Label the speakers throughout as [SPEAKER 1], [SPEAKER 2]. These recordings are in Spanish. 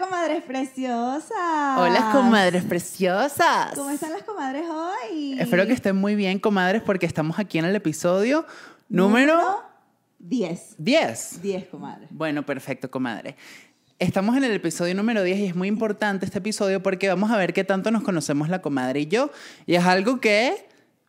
[SPEAKER 1] comadres preciosas.
[SPEAKER 2] Hola, comadres preciosas.
[SPEAKER 1] Ah, ¿Cómo están las comadres hoy?
[SPEAKER 2] Espero que estén muy bien, comadres, porque estamos aquí en el episodio número
[SPEAKER 1] 10.
[SPEAKER 2] 10.
[SPEAKER 1] 10, comadres.
[SPEAKER 2] Bueno, perfecto, comadre. Estamos en el episodio número 10 y es muy importante este episodio porque vamos a ver qué tanto nos conocemos la comadre y yo. Y es algo que,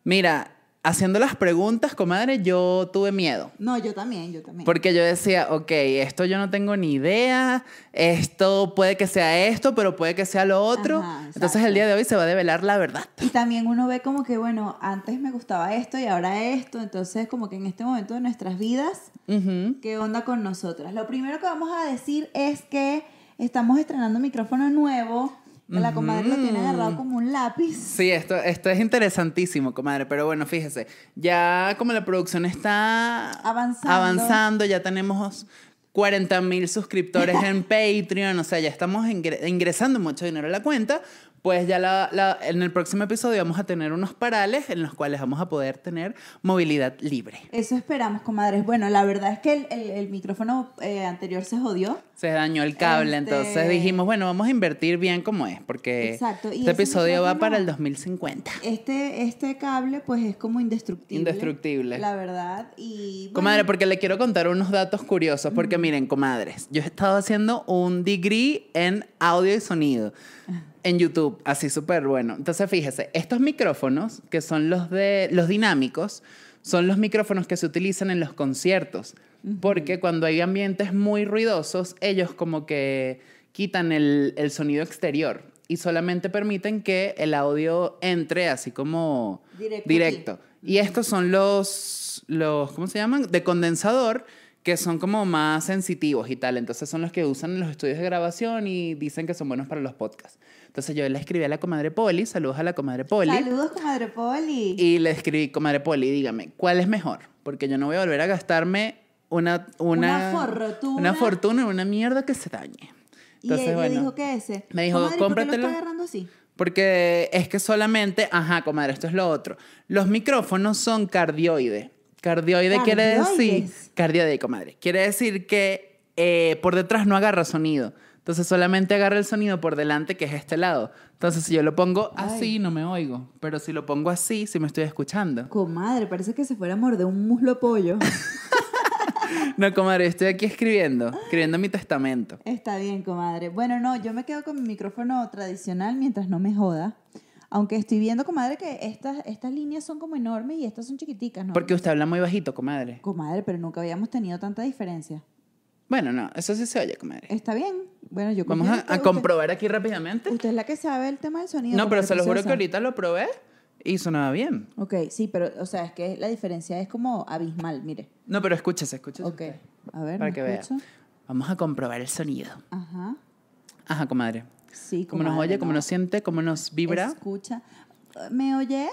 [SPEAKER 2] mira, haciendo las preguntas, comadre, yo tuve miedo.
[SPEAKER 1] No, yo también, yo también.
[SPEAKER 2] Porque yo decía, ok, esto yo no tengo ni idea, esto puede que sea esto, pero puede que sea lo otro.
[SPEAKER 1] Ajá, exacto.
[SPEAKER 2] Entonces el día de hoy se va a develar la verdad.
[SPEAKER 1] Y también uno ve como que, bueno, antes me gustaba esto y ahora esto, entonces como que en este momento de nuestras vidas,
[SPEAKER 2] Ujú.
[SPEAKER 1] ¿qué onda con nosotras? Lo primero que vamos a decir es que estamos estrenando micrófono nuevo, que la comadre lo tiene agarrado como un lápiz.
[SPEAKER 2] Sí, esto, esto es interesantísimo, comadre, pero bueno, fíjese, ya como la producción está
[SPEAKER 1] Avanzando.
[SPEAKER 2] avanzando, ya tenemos 40 mil suscriptores en Patreon, o sea, ya estamos ingre- ingresando mucho dinero a la cuenta, pues ya la- la- en el próximo episodio vamos a tener unos parales en los cuales vamos a poder tener movilidad libre.
[SPEAKER 1] Eso esperamos, comadres. Bueno, la verdad es que el, el- el micrófono eh, anterior se jodió.
[SPEAKER 2] Se dañó el cable,
[SPEAKER 1] Este-
[SPEAKER 2] entonces dijimos, bueno, vamos a invertir bien como es, porque
[SPEAKER 1] Exacto, y ese
[SPEAKER 2] este episodio va
[SPEAKER 1] micrófono-
[SPEAKER 2] para el 2050.
[SPEAKER 1] Este, este cable, pues es como indestructible.
[SPEAKER 2] Indestructible.
[SPEAKER 1] La verdad. Y. bueno,
[SPEAKER 2] Comadre, porque le quiero contar unos datos curiosos, porque miren, comadres, yo he estado haciendo un degree en audio y sonido en YouTube, así súper bueno. Entonces, fíjese, estos micrófonos, que son los, de, los dinámicos, son los micrófonos que se utilizan en los conciertos, porque cuando hay ambientes muy ruidosos, ellos como que quitan el, el sonido exterior y solamente permiten que el audio entre así como
[SPEAKER 1] Directo
[SPEAKER 2] directo. Y estos son los, los, ¿cómo se llaman? De condensador, que son como más sensitivos y tal. Entonces son los que usan en los estudios de grabación y dicen que son buenos para los podcasts. Entonces yo le escribí a la comadre Poli, saludos a la comadre Poli.
[SPEAKER 1] Saludos, comadre Poli.
[SPEAKER 2] Y le escribí, comadre Poli, dígame, ¿cuál es mejor? Porque yo no voy a volver a gastarme una... Una,
[SPEAKER 1] Una fortuna.
[SPEAKER 2] Una fortuna en una mierda que se dañe.
[SPEAKER 1] Y él
[SPEAKER 2] Entonces,
[SPEAKER 1] le
[SPEAKER 2] bueno.
[SPEAKER 1] dijo que ese.
[SPEAKER 2] Me dijo,
[SPEAKER 1] Comadre, ¿por qué
[SPEAKER 2] cómpratelo.
[SPEAKER 1] lo está agarrando así?
[SPEAKER 2] Porque es que solamente, ajá, comadre, esto es lo otro. Los micrófonos son cardioide. Cardioide quiere
[SPEAKER 1] Cardioides.
[SPEAKER 2] decir, cardioide, comadre, quiere decir que eh, por detrás no agarra sonido. Entonces solamente agarra el sonido por delante, que es este lado. Entonces si yo lo pongo
[SPEAKER 1] Ay.
[SPEAKER 2] así, no me oigo. Pero si lo pongo así, sí me estoy escuchando.
[SPEAKER 1] Comadre, parece que se fuera a morder un muslo pollo.
[SPEAKER 2] No, comadre, estoy aquí escribiendo, escribiendo mi testamento.
[SPEAKER 1] Está bien, comadre. Bueno, no, yo me quedo con mi micrófono tradicional mientras no me joda. Aunque estoy viendo, comadre, que estas, estas líneas son como enormes y estas son chiquiticas, ¿no?
[SPEAKER 2] Porque usted habla muy bajito, comadre.
[SPEAKER 1] Comadre, pero nunca habíamos tenido tanta diferencia.
[SPEAKER 2] Bueno, no, eso sí se oye, comadre.
[SPEAKER 1] Está bien. Bueno, yo
[SPEAKER 2] Vamos
[SPEAKER 1] confío
[SPEAKER 2] a,
[SPEAKER 1] en
[SPEAKER 2] a
[SPEAKER 1] usted. Usted-
[SPEAKER 2] comprobar aquí rápidamente.
[SPEAKER 1] Usted es la que sabe el tema del sonido.
[SPEAKER 2] No, pero
[SPEAKER 1] comadre
[SPEAKER 2] se lo juro que
[SPEAKER 1] preciosa.
[SPEAKER 2] ahorita lo probé y sonaba bien.
[SPEAKER 1] Ok, sí, pero, o sea, es que la diferencia es como abismal, mire.
[SPEAKER 2] No, pero escúchese, escúchese.
[SPEAKER 1] Ok.
[SPEAKER 2] usted,
[SPEAKER 1] A ver,
[SPEAKER 2] para
[SPEAKER 1] ¿me
[SPEAKER 2] que vea.
[SPEAKER 1] escucho?
[SPEAKER 2] Vamos a comprobar el sonido.
[SPEAKER 1] Ajá.
[SPEAKER 2] Ajá, comadre.
[SPEAKER 1] Sí,
[SPEAKER 2] ¿Cómo nos
[SPEAKER 1] comadre,
[SPEAKER 2] oye? ¿Cómo
[SPEAKER 1] no.
[SPEAKER 2] nos siente? ¿Cómo nos vibra?
[SPEAKER 1] Escucha. ¿Me oyes?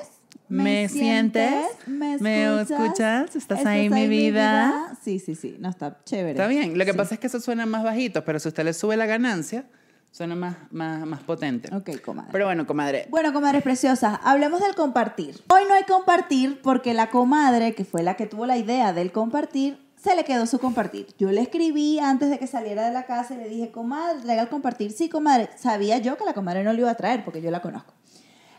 [SPEAKER 2] ¿Me sientes?
[SPEAKER 1] ¿Me,
[SPEAKER 2] ¿Me
[SPEAKER 1] escuchas?
[SPEAKER 2] escuchas? ¿Estás ahí, mi vida?
[SPEAKER 1] Sí, sí, sí. No, está chévere.
[SPEAKER 2] Está bien. Lo que
[SPEAKER 1] Sí.
[SPEAKER 2] pasa es que eso suena más bajito, pero si usted le sube la ganancia, suena más, más, más potente.
[SPEAKER 1] Ok, comadre.
[SPEAKER 2] Pero bueno, comadre.
[SPEAKER 1] Bueno, comadres preciosas, hablemos del compartir. Hoy no hay compartir porque la comadre, que fue la que tuvo la idea del compartir, se le quedó su compartir. Yo le escribí antes de que saliera de la casa y le dije, comadre, traiga el compartir. Sí, comadre, sabía yo que la comadre no lo iba a traer porque yo la conozco.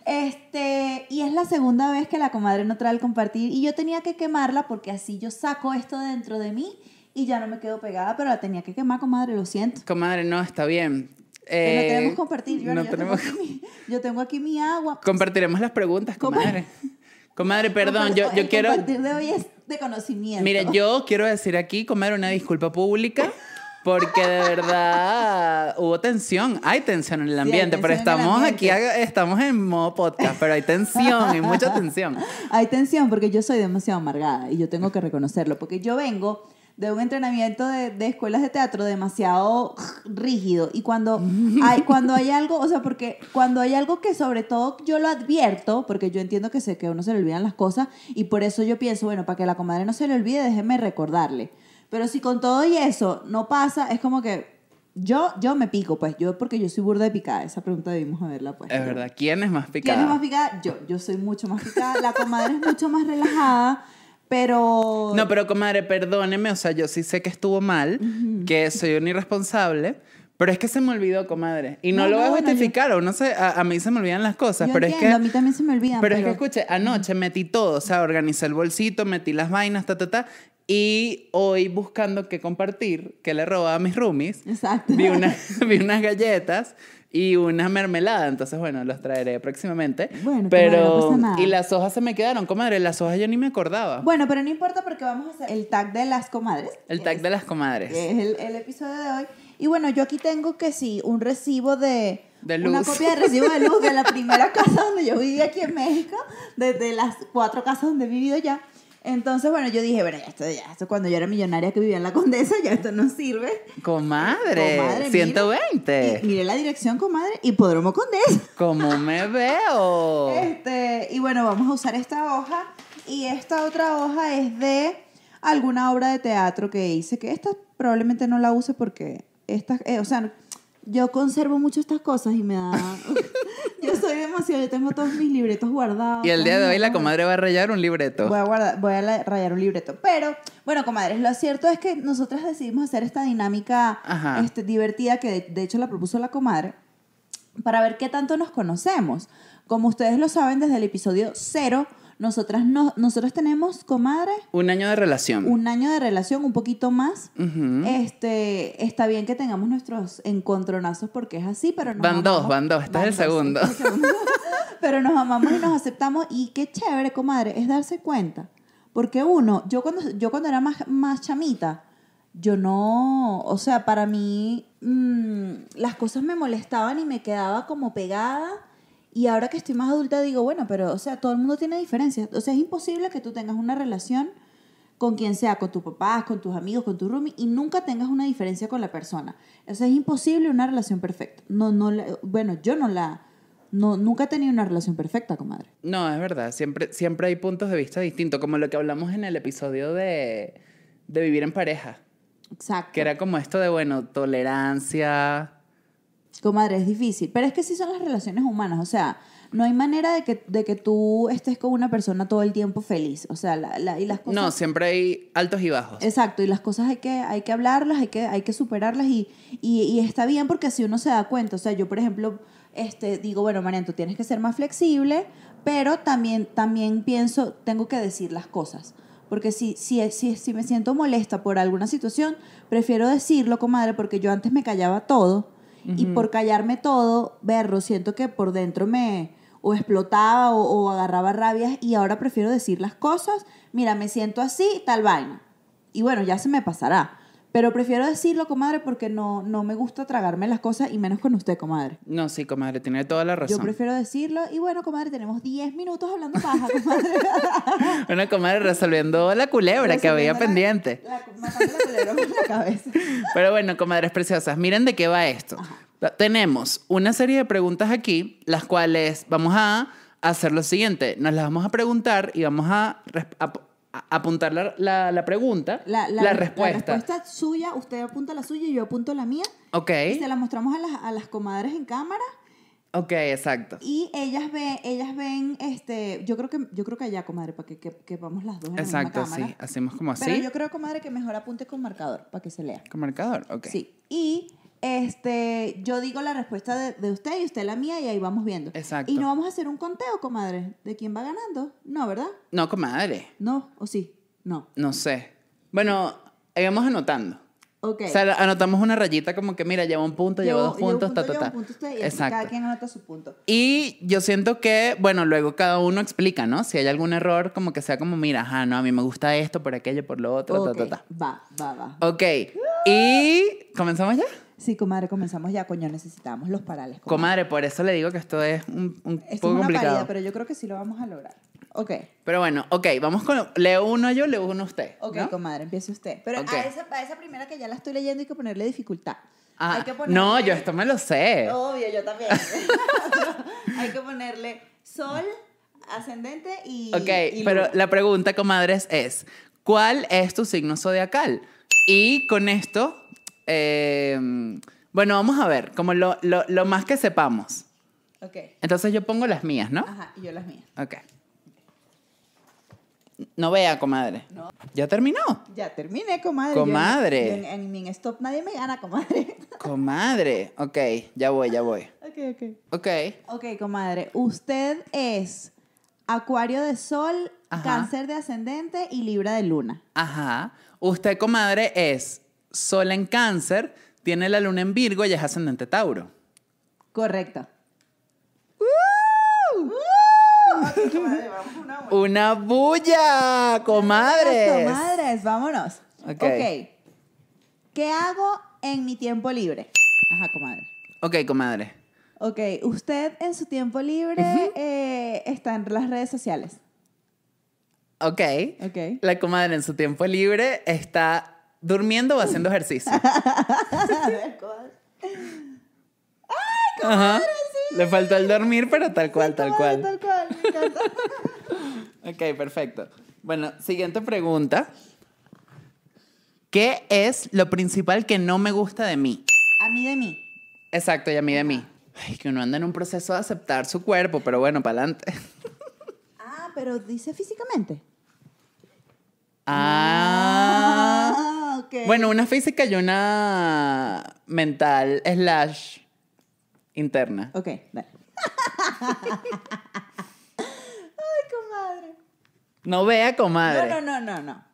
[SPEAKER 1] Este, y es la segunda vez que la comadre no trae el compartir y yo tenía que quemarla porque así yo saco esto dentro de mí y ya no me quedo pegada, pero la tenía que quemar, comadre, lo siento.
[SPEAKER 2] Comadre, no, está bien.
[SPEAKER 1] Que no
[SPEAKER 2] Eh,
[SPEAKER 1] tenemos compartir. Bueno,
[SPEAKER 2] no
[SPEAKER 1] yo,
[SPEAKER 2] tenemos-
[SPEAKER 1] tengo aquí mi, yo tengo aquí mi agua.
[SPEAKER 2] Compartiremos las preguntas, comadre. Comadre, perdón, yo, yo
[SPEAKER 1] El
[SPEAKER 2] quiero...
[SPEAKER 1] compartir de hoy es de conocimiento.
[SPEAKER 2] Mire, yo quiero decir aquí, comer una disculpa pública, porque de verdad hubo tensión. Hay tensión en el
[SPEAKER 1] hay
[SPEAKER 2] ambiente, pero
[SPEAKER 1] tensión en el
[SPEAKER 2] estamos aquí,
[SPEAKER 1] ambiente.
[SPEAKER 2] haga- estamos en modo podcast, pero hay tensión, hay mucha tensión.
[SPEAKER 1] Hay tensión porque yo soy demasiado amargada y yo tengo que reconocerlo, porque yo vengo de un entrenamiento de, de escuelas de teatro demasiado rígido y cuando hay, cuando hay algo, o sea, porque cuando hay algo que sobre todo yo lo advierto, porque yo entiendo que, sé, que a uno se le olvidan las cosas y por eso yo pienso, bueno, para que la comadre no se le olvide, déjeme recordarle. Pero si con todo y eso no pasa, es como que yo, yo me pico, pues yo porque yo soy burda de picada, esa pregunta debimos haberla puesto.
[SPEAKER 2] Es verdad, ¿quién es más
[SPEAKER 1] ¿Quién es
[SPEAKER 2] picado?
[SPEAKER 1] más picada? Yo. Yo soy mucho más picada. La comadre es mucho más relajada, pero...
[SPEAKER 2] No, pero comadre, perdóneme, o sea, yo sí sé que estuvo mal, que soy un irresponsable, Pero es que se me olvidó, comadre. Y no,
[SPEAKER 1] No,
[SPEAKER 2] lo voy a
[SPEAKER 1] no, bueno,
[SPEAKER 2] justificar, o no sé, a, a mí se me olvidan las cosas,
[SPEAKER 1] Yo
[SPEAKER 2] pero
[SPEAKER 1] entiendo,
[SPEAKER 2] es que...
[SPEAKER 1] a mí también se me olvidan.
[SPEAKER 2] Pero
[SPEAKER 1] Pero,
[SPEAKER 2] es que escuche, anoche metí todo, o sea, organicé el bolsito, metí las vainas, ta, ta, ta. Y hoy buscando qué compartir, que le robaba a mis roomies,
[SPEAKER 1] Exacto.
[SPEAKER 2] vi, una- vi unas galletas y una mermelada. Entonces, bueno, los traeré próximamente.
[SPEAKER 1] Bueno,
[SPEAKER 2] pero.
[SPEAKER 1] comadre, no pasa nada.
[SPEAKER 2] Y las hojas se me quedaron, comadre, las hojas yo ni me acordaba.
[SPEAKER 1] Bueno, pero no importa porque vamos a hacer el tag de las comadres.
[SPEAKER 2] el tag de las comadres.
[SPEAKER 1] que es el, el episodio de hoy. Y bueno, yo aquí tengo que sí, un recibo de...
[SPEAKER 2] De
[SPEAKER 1] Una
[SPEAKER 2] luz.
[SPEAKER 1] copia de recibo de luz de la primera casa donde yo viví aquí en México, desde las cuatro casas donde he vivido ya. Entonces, bueno, yo dije, bueno, ya esto, ya esto cuando yo era millonaria que vivía en la Condesa, ya esto no sirve.
[SPEAKER 2] Comadre,
[SPEAKER 1] Comadre,
[SPEAKER 2] 120.
[SPEAKER 1] Y miré la dirección, comadre, Hipódromo Condesa.
[SPEAKER 2] ¿Cómo me veo?
[SPEAKER 1] Este, y bueno, vamos a usar esta hoja. Y esta otra hoja es de alguna obra de teatro que hice, que esta probablemente no la use porque estas, eh, o sea, yo conservo mucho estas cosas y me da... yo soy demasiado, yo tengo todos mis libretos guardados.
[SPEAKER 2] Y el día de
[SPEAKER 1] todas
[SPEAKER 2] hoy
[SPEAKER 1] mis
[SPEAKER 2] la
[SPEAKER 1] cosas.
[SPEAKER 2] comadre va a rayar un libreto.
[SPEAKER 1] Voy a, guardar- voy a la- rayar un libreto. Pero, bueno, comadres, lo cierto es que nosotras decidimos hacer esta dinámica
[SPEAKER 2] Ajá.
[SPEAKER 1] este, divertida que de, de hecho la propuso la comadre para ver qué tanto nos conocemos. Como ustedes lo saben, desde el episodio cero, nosotras, no, nosotras tenemos, comadre,
[SPEAKER 2] Un año de relación.
[SPEAKER 1] un año de relación, un poquito más.
[SPEAKER 2] Em. Ujú.
[SPEAKER 1] Este, está bien que tengamos nuestros encontronazos porque es así, pero nos
[SPEAKER 2] Van
[SPEAKER 1] amamos.
[SPEAKER 2] dos, van dos. Este es el segundo.
[SPEAKER 1] este es el segundo. pero nos amamos y nos aceptamos y qué chévere, comadre, es darse cuenta. Porque uno, yo cuando yo cuando era más más chamita, yo no, o sea, para mí mm, las cosas me molestaban y me quedaba como pegada. Y ahora que estoy más adulta digo, bueno, pero o sea, todo el mundo tiene diferencias. O sea, es imposible que tú tengas una relación con quien sea, con tus papás, con tus amigos, con tu roomie, y nunca tengas una diferencia con la persona. O sea, es imposible una relación perfecta. No, no, la- bueno, yo no la, no, nunca he tenido una relación perfecta, comadre.
[SPEAKER 2] No, es verdad. Siempre, siempre hay puntos de vista distintos, como lo que hablamos en el episodio de, de vivir en pareja,
[SPEAKER 1] Exacto.
[SPEAKER 2] que era como esto de, bueno, tolerancia.
[SPEAKER 1] Comadre, es difícil. Pero es que sí son las relaciones humanas. O sea, no hay manera de que, de que tú estés con una persona todo el tiempo feliz. O sea, la, la- y las cosas...
[SPEAKER 2] No, siempre hay altos y bajos.
[SPEAKER 1] Exacto, y las cosas hay que, hay que hablarlas, hay que, hay que superarlas y, y, y está bien porque así uno se da cuenta. O sea, yo, por ejemplo, este, digo, bueno, Marian, tú tienes que ser más flexible, pero también, también pienso, tengo que decir las cosas. Porque si, si, si, si me siento molesta por alguna situación, prefiero decirlo, comadre, porque yo antes me callaba todo. Y por callarme todo, berro, siento que por dentro me o explotaba o, o agarraba rabias y ahora prefiero decir las cosas, mira, me siento así, tal vaina. Y bueno, ya se me pasará. Pero prefiero decirlo, comadre, porque no, no me gusta tragarme las cosas y menos con usted, comadre.
[SPEAKER 2] No, sí, comadre, tiene toda la
[SPEAKER 1] Yo
[SPEAKER 2] razón.
[SPEAKER 1] prefiero decirlo y bueno, comadre, tenemos 10 minutos hablando paja, comadre.
[SPEAKER 2] Una comadre resolviendo la culebra que había pendiente.
[SPEAKER 1] La, la- matando la culebra con la cabeza.
[SPEAKER 2] Pero bueno, comadres preciosas, miren de qué va esto. Tenemos una serie de preguntas aquí, las cuales vamos a hacer lo siguiente. Nos las vamos a preguntar y vamos a, resp- ap- a- apuntar la, la- la pregunta, la, respuesta.
[SPEAKER 1] La respuesta suya, usted apunta la suya y yo apunto la mía.
[SPEAKER 2] Ok,
[SPEAKER 1] Y se la mostramos a las, a las comadres en cámara
[SPEAKER 2] ok, exacto.
[SPEAKER 1] y ellas ven, ellas ven, este, yo creo que, yo creo que allá, comadre, para que, que, que vamos las dos en la
[SPEAKER 2] Exacto,
[SPEAKER 1] misma cámara.
[SPEAKER 2] sí. Hacemos como
[SPEAKER 1] Pero
[SPEAKER 2] así.
[SPEAKER 1] yo creo, comadre, que mejor apunte con marcador para que se lea.
[SPEAKER 2] Con marcador, ok.
[SPEAKER 1] Sí. Y este, yo digo la respuesta de, de usted y usted la mía y ahí vamos viendo.
[SPEAKER 2] Exacto.
[SPEAKER 1] Y no vamos a hacer un conteo, comadre, de quién va ganando. No, ¿verdad?
[SPEAKER 2] No, comadre,
[SPEAKER 1] No, o sí. No.
[SPEAKER 2] no sé. Bueno, íbamos anotando.
[SPEAKER 1] Ok.
[SPEAKER 2] O sea, anotamos una rayita como que, mira, lleva un punto, lleva
[SPEAKER 1] Llevo-
[SPEAKER 2] dos
[SPEAKER 1] llevo un
[SPEAKER 2] puntos,
[SPEAKER 1] punto,
[SPEAKER 2] ta, ta,
[SPEAKER 1] llevo un
[SPEAKER 2] ta.
[SPEAKER 1] punto usted y así
[SPEAKER 2] Exacto.
[SPEAKER 1] cada quien anota su punto.
[SPEAKER 2] Y yo siento que, bueno, luego cada uno explica, ¿no? Si hay algún error, como que sea como, mira, ajá, no, a mí me gusta esto, por aquello, por lo otro,
[SPEAKER 1] Ok,
[SPEAKER 2] ta, ta,
[SPEAKER 1] Va, va, va.
[SPEAKER 2] ta. Ok. Y. ¿Comenzamos ya?
[SPEAKER 1] Sí, comadre, comenzamos ya, coño, necesitamos los parales. comadre.
[SPEAKER 2] Comadre, por eso le digo que esto es un, un
[SPEAKER 1] Esto
[SPEAKER 2] poco
[SPEAKER 1] es una
[SPEAKER 2] complicado.
[SPEAKER 1] parida,
[SPEAKER 2] pero...
[SPEAKER 1] pero yo creo que sí lo vamos a lograr. Ok,
[SPEAKER 2] bueno, ok, vamos con. Leo uno yo, leo uno usted.
[SPEAKER 1] ok,
[SPEAKER 2] ¿no?
[SPEAKER 1] comadre, empiece usted. Pero
[SPEAKER 2] Ok.
[SPEAKER 1] a, esa, a esa primera que ya la estoy leyendo hay que ponerle dificultad.
[SPEAKER 2] Ah,
[SPEAKER 1] hay que ponerle-
[SPEAKER 2] no, yo esto me lo sé.
[SPEAKER 1] Obvio, yo también. hay que ponerle sol, ascendente y.
[SPEAKER 2] ok,
[SPEAKER 1] y
[SPEAKER 2] pero
[SPEAKER 1] luna.
[SPEAKER 2] la pregunta, comadres, es: ¿cuál es tu signo zodiacal? Y con esto, eh, bueno, vamos a ver, como lo- lo- lo más que sepamos.
[SPEAKER 1] Ok,
[SPEAKER 2] Entonces yo pongo las mías, ¿no?
[SPEAKER 1] ajá, y yo las mías.
[SPEAKER 2] Ok. No vea, comadre.
[SPEAKER 1] No.
[SPEAKER 2] ¿Ya terminó?
[SPEAKER 1] Ya terminé, comadre.
[SPEAKER 2] Comadre.
[SPEAKER 1] Yo en, yo en- en mi stop nadie me gana, comadre.
[SPEAKER 2] Comadre. Ok, ya voy, ya voy.
[SPEAKER 1] ok, ok.
[SPEAKER 2] Ok.
[SPEAKER 1] Ok, comadre. Usted es acuario de sol,
[SPEAKER 2] Ajá.
[SPEAKER 1] cáncer de ascendente y libra de luna.
[SPEAKER 2] Ajá. Usted, comadre, es sol en cáncer, tiene la luna en Virgo y es ascendente Tauro.
[SPEAKER 1] Correcto.
[SPEAKER 2] ¡Una bulla, comadres!
[SPEAKER 1] Comadres, vámonos.
[SPEAKER 2] Ok.
[SPEAKER 1] ok. ¿Qué hago en mi tiempo libre? Ajá, comadre.
[SPEAKER 2] Ok, comadre.
[SPEAKER 1] Ok, usted en su tiempo libre eh, está en las redes sociales.
[SPEAKER 2] Ok.
[SPEAKER 1] Ok.
[SPEAKER 2] La comadre en su tiempo libre está durmiendo o haciendo ejercicio. Ajá. Le faltó el dormir, pero tal cual, tal cual.
[SPEAKER 1] Tal cual, me encanta.
[SPEAKER 2] Ok, perfecto. Bueno, siguiente pregunta. ¿Qué es lo principal que no me gusta de mí?
[SPEAKER 1] A mí de mí.
[SPEAKER 2] Exacto, y a mí de mí. Ay, que uno anda en un proceso de aceptar su cuerpo, pero bueno, para adelante.
[SPEAKER 1] Ah, pero dice físicamente.
[SPEAKER 2] Ah.
[SPEAKER 1] Ah, ok.
[SPEAKER 2] Bueno, una física y una mental slash interna.
[SPEAKER 1] Ok, dale. Ay, comadre.
[SPEAKER 2] No vea, comadre.
[SPEAKER 1] No, no, no, no, no.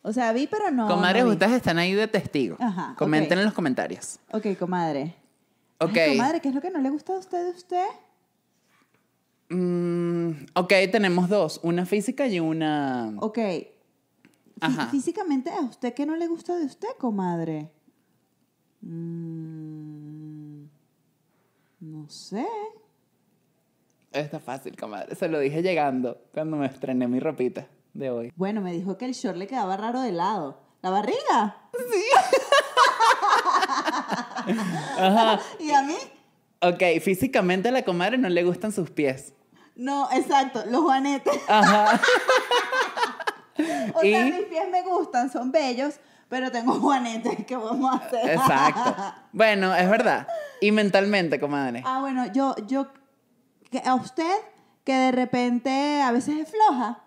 [SPEAKER 1] O sea, vi, pero no.
[SPEAKER 2] Comadres,
[SPEAKER 1] no vi.
[SPEAKER 2] ustedes están ahí de testigo.
[SPEAKER 1] Ajá, ok.
[SPEAKER 2] Comenten en los comentarios.
[SPEAKER 1] Ok, comadre. Ay,
[SPEAKER 2] Ok.
[SPEAKER 1] comadre, ¿qué es lo que no le gusta a usted de usted?
[SPEAKER 2] Mm, ok, tenemos dos. Una física y una...
[SPEAKER 1] Ok. Fí-
[SPEAKER 2] Ajá.
[SPEAKER 1] Físicamente, ¿a usted qué no le gusta de usted, comadre? Mm, no sé.
[SPEAKER 2] Está fácil, comadre. Se lo dije llegando cuando me estrené mi ropita de hoy.
[SPEAKER 1] Bueno, me dijo que el short le quedaba raro de lado. ¿La barriga?
[SPEAKER 2] Ajá.
[SPEAKER 1] ¿Y a mí?
[SPEAKER 2] Ok, físicamente a la comadre no le gustan sus pies.
[SPEAKER 1] No, exacto, los juanetes.
[SPEAKER 2] Ajá.
[SPEAKER 1] O sea,
[SPEAKER 2] Y-
[SPEAKER 1] mis pies me gustan, son bellos, pero tengo juanetes, ¿qué vamos a hacer?
[SPEAKER 2] Exacto. Bueno, es verdad. Y mentalmente, comadre.
[SPEAKER 1] Ah, bueno, yo, yo, que a usted que de repente a veces es floja,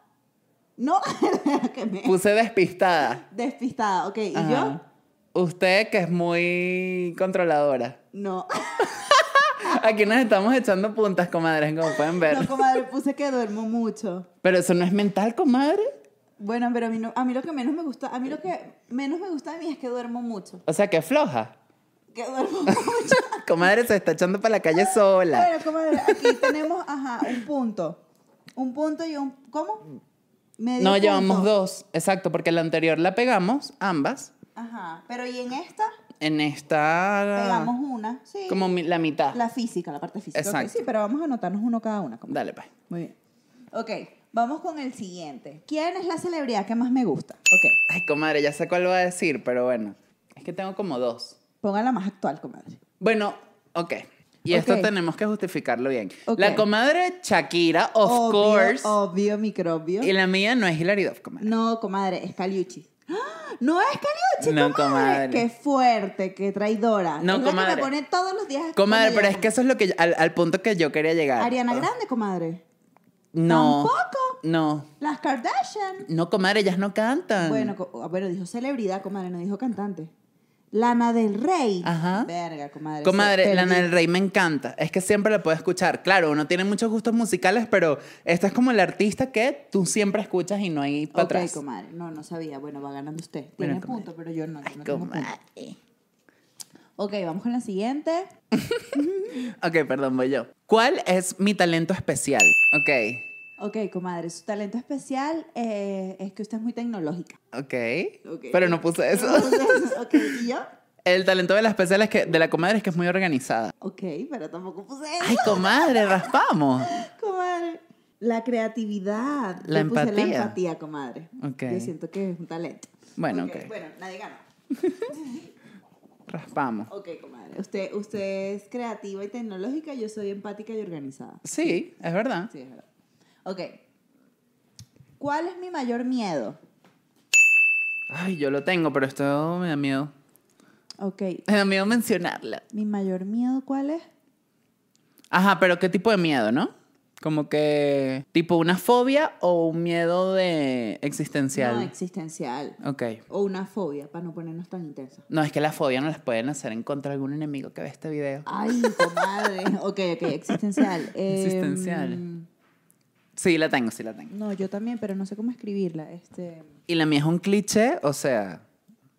[SPEAKER 1] ¿no? que me...
[SPEAKER 2] Puse despistada.
[SPEAKER 1] Despistada, ok, ¿y yo?
[SPEAKER 2] Ajá. Usted que es muy controladora.
[SPEAKER 1] No,
[SPEAKER 2] Aquí nos estamos echando puntas, comadres, como pueden ver.
[SPEAKER 1] no, comadre, puse que duermo mucho.
[SPEAKER 2] Pero eso no es mental, comadre.
[SPEAKER 1] Bueno, pero a mí, no- a mí lo que menos me gusta, a mí lo que menos me gusta de mí es que duermo mucho.
[SPEAKER 2] O sea, que es floja.
[SPEAKER 1] Que duermo mucho.
[SPEAKER 2] Comadre se está echando para la calle sola.
[SPEAKER 1] Bueno, comadre, aquí tenemos, ajá, un punto. Un punto y un. ¿Cómo? Medio
[SPEAKER 2] No,
[SPEAKER 1] punto.
[SPEAKER 2] llevamos dos. Exacto, porque la anterior la pegamos, ambas.
[SPEAKER 1] Ajá. Pero y en esta
[SPEAKER 2] En esta.
[SPEAKER 1] pegamos una. Sí.
[SPEAKER 2] Ah. Como mi- la mitad.
[SPEAKER 1] La física, la parte física. Ok,
[SPEAKER 2] Exacto.
[SPEAKER 1] sí, pero vamos a anotarnos uno cada una. comadre.
[SPEAKER 2] Dale, pues.
[SPEAKER 1] Muy bien. Ok, vamos con el siguiente. ¿Quién es la celebridad que más me gusta? Ok,
[SPEAKER 2] Ay, comadre, ya sé cuál va a decir, pero bueno. Es que tengo como dos.
[SPEAKER 1] póngala más actual, comadre.
[SPEAKER 2] Bueno, ok. Y
[SPEAKER 1] Ok.
[SPEAKER 2] esto tenemos que justificarlo bien.
[SPEAKER 1] Ok.
[SPEAKER 2] La comadre Shakira, of
[SPEAKER 1] obvio,
[SPEAKER 2] course.
[SPEAKER 1] Obvio, microbio.
[SPEAKER 2] Y la mía no es Hilary Duff, comadre.
[SPEAKER 1] No, comadre, es Caliucci. ¡Ah! No es Caliucci,
[SPEAKER 2] No,
[SPEAKER 1] comadre.
[SPEAKER 2] comadre.
[SPEAKER 1] Qué fuerte, qué traidora.
[SPEAKER 2] No,
[SPEAKER 1] Es la Que
[SPEAKER 2] comadre.
[SPEAKER 1] me pone todos los días.
[SPEAKER 2] Comadre,
[SPEAKER 1] cuando
[SPEAKER 2] pero es
[SPEAKER 1] llega.
[SPEAKER 2] que eso es lo que yo- al, al punto que yo quería llegar.
[SPEAKER 1] Ariana Grande, comadre.
[SPEAKER 2] No.
[SPEAKER 1] Tampoco.
[SPEAKER 2] No.
[SPEAKER 1] Las Kardashian.
[SPEAKER 2] No, comadre, ellas no cantan.
[SPEAKER 1] Bueno, co- ah, bueno, dijo celebridad, comadre, no dijo cantante. Lana del Rey.
[SPEAKER 2] Ajá.
[SPEAKER 1] Verga, comadre.
[SPEAKER 2] Comadre,
[SPEAKER 1] se-
[SPEAKER 2] Lana
[SPEAKER 1] perdí.
[SPEAKER 2] del Rey me encanta. Es que siempre la puedo escuchar. Claro, uno tiene muchos gustos musicales, pero esta es como el artista que tú siempre escuchas y no hay para
[SPEAKER 1] Ok,
[SPEAKER 2] atrás.
[SPEAKER 1] comadre. No, no sabía. Bueno, va ganando usted. Tiene
[SPEAKER 2] Bueno, comadre.
[SPEAKER 1] punto, pero yo no. yo
[SPEAKER 2] Ay,
[SPEAKER 1] no tengo punto.
[SPEAKER 2] comadre.
[SPEAKER 1] Ok, vamos con la siguiente.
[SPEAKER 2] Ok, perdón, voy yo. ¿Cuál es mi talento especial? Ok,
[SPEAKER 1] Ok, comadre, su talento especial eh, es que usted es muy tecnológica.
[SPEAKER 2] ok.
[SPEAKER 1] Ok.
[SPEAKER 2] Pero no puse eso.
[SPEAKER 1] ok, ¿y yo?
[SPEAKER 2] El talento de la especial es que, de la comadre es que es muy organizada.
[SPEAKER 1] Ok, pero tampoco puse eso.
[SPEAKER 2] Ay, comadre, raspamos.
[SPEAKER 1] comadre. La creatividad.
[SPEAKER 2] La
[SPEAKER 1] Yo puse la
[SPEAKER 2] empatía.
[SPEAKER 1] empatía, comadre.
[SPEAKER 2] Ok.
[SPEAKER 1] Yo siento que es un talento.
[SPEAKER 2] Bueno, ok.
[SPEAKER 1] Bueno, nadie gana.
[SPEAKER 2] Raspamos.
[SPEAKER 1] Ok, comadre. Usted, usted es creativa y tecnológica, yo soy empática y organizada.
[SPEAKER 2] Sí, es verdad.
[SPEAKER 1] Sí, es verdad. Ok. ¿Cuál es mi mayor miedo?
[SPEAKER 2] Ay, yo lo tengo, pero esto me da miedo.
[SPEAKER 1] Ok.
[SPEAKER 2] Me da miedo mencionarlo.
[SPEAKER 1] ¿Mi mayor miedo cuál es?
[SPEAKER 2] Ajá, pero ¿qué tipo de miedo, no? Como que tipo una fobia o un miedo de
[SPEAKER 1] No,
[SPEAKER 2] existencial.
[SPEAKER 1] existencial.
[SPEAKER 2] ok.
[SPEAKER 1] O una fobia, para no ponernos tan intensos.
[SPEAKER 2] No, es que la fobia no las pueden hacer en contra de algún enemigo que ve este video.
[SPEAKER 1] Ay, comadre. ok, ok, existencial. Eh,
[SPEAKER 2] Existencial. Sí, la tengo, sí la tengo.
[SPEAKER 1] No, yo también, pero no sé cómo escribirla. Este...
[SPEAKER 2] Y la mía es un cliché, o sea,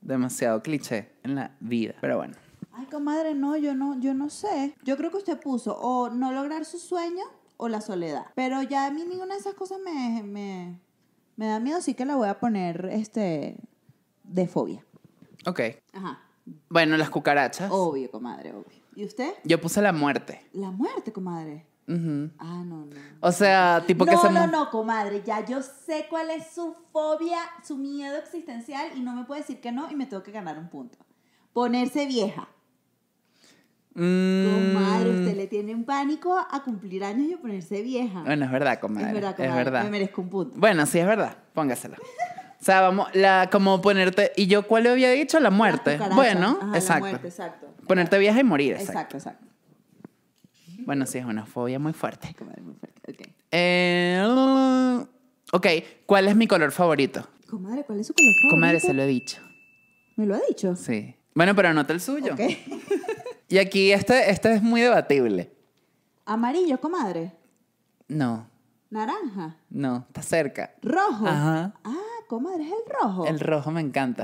[SPEAKER 2] demasiado cliché en la vida. Pero bueno.
[SPEAKER 1] Ay, comadre, no, yo no, yo no sé. Yo creo que usted puso o no lograr su sueño o la soledad. Pero ya a mí ninguna de esas cosas me, me, me da miedo, así que la voy a poner este de fobia.
[SPEAKER 2] Ok.
[SPEAKER 1] Ajá.
[SPEAKER 2] Bueno, las cucarachas.
[SPEAKER 1] Obvio, comadre, obvio. ¿Y usted?
[SPEAKER 2] Yo puse la muerte.
[SPEAKER 1] La muerte, comadre.
[SPEAKER 2] Ujú.
[SPEAKER 1] Ah, no, no.
[SPEAKER 2] O sea, tipo que
[SPEAKER 1] no,
[SPEAKER 2] se
[SPEAKER 1] no,
[SPEAKER 2] mu-
[SPEAKER 1] no, comadre, ya yo sé cuál es su fobia, su miedo existencial y no me puede decir que no y me tengo que ganar un punto. Ponerse vieja.
[SPEAKER 2] Mm.
[SPEAKER 1] Comadre, usted le tiene un pánico a cumplir años y a ponerse vieja.
[SPEAKER 2] Mm, Bueno, es verdad, comadre.
[SPEAKER 1] es verdad, comadre. Me merezco un punto.
[SPEAKER 2] Bueno, sí, es verdad. Póngasela. O sea, vamos, la, como ponerte. ¿Y yo cuál le había dicho? La muerte.
[SPEAKER 1] Las cucarachas.
[SPEAKER 2] Bueno,
[SPEAKER 1] Ajá, la
[SPEAKER 2] exacto.
[SPEAKER 1] muerte, exacto.
[SPEAKER 2] Ponerte vieja y morir,
[SPEAKER 1] Exacto,
[SPEAKER 2] exacto.
[SPEAKER 1] exacto.
[SPEAKER 2] Bueno, sí, es una fobia muy fuerte.
[SPEAKER 1] Comadre, muy fuerte. ok.
[SPEAKER 2] Eh, ok, ¿cuál es mi color favorito?
[SPEAKER 1] Comadre, ¿cuál es su color favorito?
[SPEAKER 2] Comadre, se lo he dicho.
[SPEAKER 1] ¿Me lo ha dicho?
[SPEAKER 2] Sí. Bueno, pero anota el suyo.
[SPEAKER 1] Ok.
[SPEAKER 2] Y aquí este, este es muy debatible.
[SPEAKER 1] Amarillo, comadre.
[SPEAKER 2] No,
[SPEAKER 1] Naranja.
[SPEAKER 2] no, está cerca.
[SPEAKER 1] Rojo.
[SPEAKER 2] Ajá.
[SPEAKER 1] Ah, comadre, es el rojo.
[SPEAKER 2] El rojo me encanta.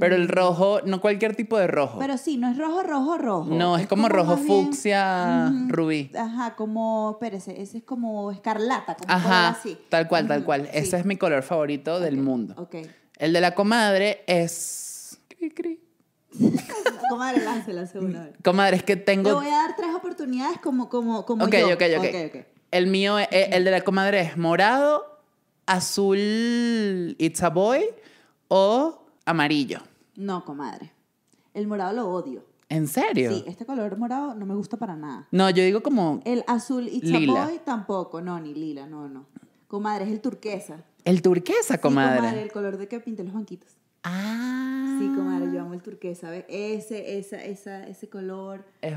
[SPEAKER 2] Pero el rojo, no cualquier tipo de rojo.
[SPEAKER 1] Mm. Pero sí, no es rojo, rojo, rojo.
[SPEAKER 2] No, es como rojo
[SPEAKER 1] más bien-
[SPEAKER 2] fucsia, rubí.
[SPEAKER 1] Ajá, como, espérese, ese es como escarlata, como
[SPEAKER 2] Ajá,
[SPEAKER 1] color así.
[SPEAKER 2] tal cual, tal
[SPEAKER 1] Ujú,
[SPEAKER 2] cual.
[SPEAKER 1] sí.
[SPEAKER 2] Ese es mi color favorito del mundo.
[SPEAKER 1] Ok.
[SPEAKER 2] El de la comadre es... cri, cri.
[SPEAKER 1] Comadre, lánzela segunda vez.
[SPEAKER 2] Comadre, es que
[SPEAKER 1] Le
[SPEAKER 2] tengo...
[SPEAKER 1] voy a dar tres oportunidades como, como, como
[SPEAKER 2] Ok,
[SPEAKER 1] yo.
[SPEAKER 2] ok, ok. El mío, es- eh, el de la comadre es morado, azul, it's a boy, o amarillo.
[SPEAKER 1] No, comadre. El morado lo odio.
[SPEAKER 2] ¿En serio?
[SPEAKER 1] Sí, este color morado no me gusta para nada.
[SPEAKER 2] No, yo digo como
[SPEAKER 1] El azul y
[SPEAKER 2] Lila.
[SPEAKER 1] chapoy tampoco. No, ni lila, no, no. Comadre, es el turquesa.
[SPEAKER 2] el turquesa,
[SPEAKER 1] Sí,
[SPEAKER 2] comadre.
[SPEAKER 1] el color de que pinté los banquitos.
[SPEAKER 2] Ah.
[SPEAKER 1] Sí, comadre, yo amo el turquesa, ¿ves? Ese, esa, esa, ese color.
[SPEAKER 2] Es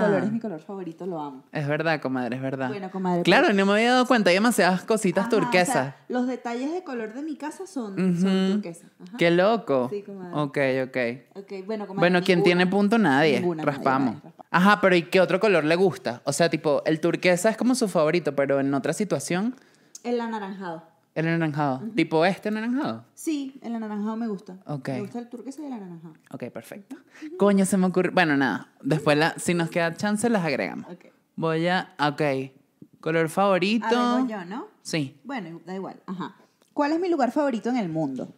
[SPEAKER 1] Ese color es mi color favorito, lo amo.
[SPEAKER 2] Es verdad, comadre, es verdad.
[SPEAKER 1] Bueno, comadre, pues.
[SPEAKER 2] Claro, no me había dado cuenta. Hay demasiadas cositas
[SPEAKER 1] Ajá, o sea,
[SPEAKER 2] turquesas.
[SPEAKER 1] los detalles de color de mi casa son, son turquesa. Ajá.
[SPEAKER 2] Qué loco.
[SPEAKER 1] Sí, comadre.
[SPEAKER 2] Ok, ok.
[SPEAKER 1] Ok, bueno, comadre.
[SPEAKER 2] Bueno, quien
[SPEAKER 1] ninguna.
[SPEAKER 2] tiene punto, nadie.
[SPEAKER 1] Ninguna, nadie,
[SPEAKER 2] Raspamos.
[SPEAKER 1] nadie, raspamos.
[SPEAKER 2] Ajá, pero ¿y qué otro color le gusta? O sea, tipo, el turquesa es como su favorito, pero en otra situación,
[SPEAKER 1] El anaranjado.
[SPEAKER 2] el anaranjado. Tipo este anaranjado.
[SPEAKER 1] Sí, el anaranjado me gusta.
[SPEAKER 2] Ok.
[SPEAKER 1] Me gusta el turquesa y el anaranjado.
[SPEAKER 2] Ok, perfecto. Coño, se me ocurrió. Bueno, nada. Después, la, si nos queda chance, las agregamos.
[SPEAKER 1] Ok.
[SPEAKER 2] Voy a. Ok. Color favorito.
[SPEAKER 1] Ah, vengo yo, ¿no?
[SPEAKER 2] Sí.
[SPEAKER 1] Bueno, da igual. Ajá. ¿Cuál es mi lugar favorito en el mundo?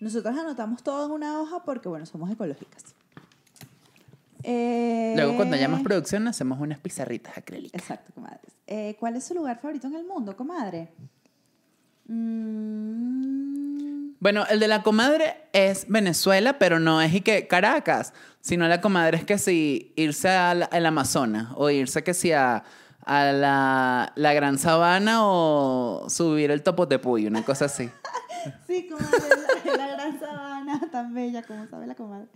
[SPEAKER 1] Nosotros anotamos todo en una hoja porque, bueno, somos ecológicas. Eh,
[SPEAKER 2] Luego, cuando llamas producción, hacemos unas pizarritas acrílicas.
[SPEAKER 1] Exacto, comadres. Eh, ¿Cuál es su lugar favorito en el mundo, comadre? Mm,
[SPEAKER 2] Bueno, el de la comadre es Venezuela, pero no es y que Caracas, sino la comadre es que si irse al, al Amazonas o irse que si a, a la, la Gran Sabana o subir el Topotepuy, una cosa así.
[SPEAKER 1] Sí, comadre, la, la gran sabana, tan bella como sabe la comadre.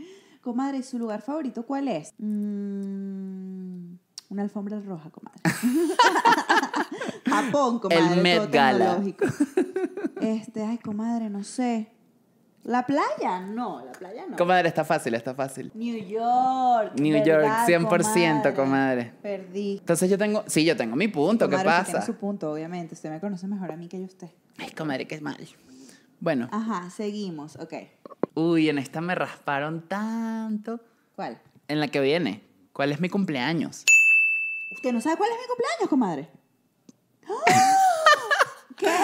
[SPEAKER 1] Comadre, ¿su lugar favorito cuál es? Mm, una alfombra roja, comadre. Japón, comadre.
[SPEAKER 2] El Met
[SPEAKER 1] todo
[SPEAKER 2] Gala.
[SPEAKER 1] tecnológico. Este, ay, comadre, no sé. ¿La playa? No, la playa no.
[SPEAKER 2] Comadre, está fácil, está fácil.
[SPEAKER 1] New York.
[SPEAKER 2] New
[SPEAKER 1] ¿verdad,
[SPEAKER 2] York, 100%, comadre.
[SPEAKER 1] Perdí.
[SPEAKER 2] Entonces yo tengo, sí, yo tengo mi punto, ¿qué
[SPEAKER 1] Comadre, usted tiene
[SPEAKER 2] pasa?
[SPEAKER 1] su punto, obviamente. Usted me conoce mejor a mí que yo a usted.
[SPEAKER 2] Ay, comadre, qué mal. Bueno,
[SPEAKER 1] Ajá, seguimos. Ok.
[SPEAKER 2] uy, en esta me rasparon tanto.
[SPEAKER 1] ¿Cuál?
[SPEAKER 2] En la que viene, ¿cuál es mi cumpleaños?
[SPEAKER 1] ¿Usted no sabe cuál es mi cumpleaños, comadre? ¿Qué?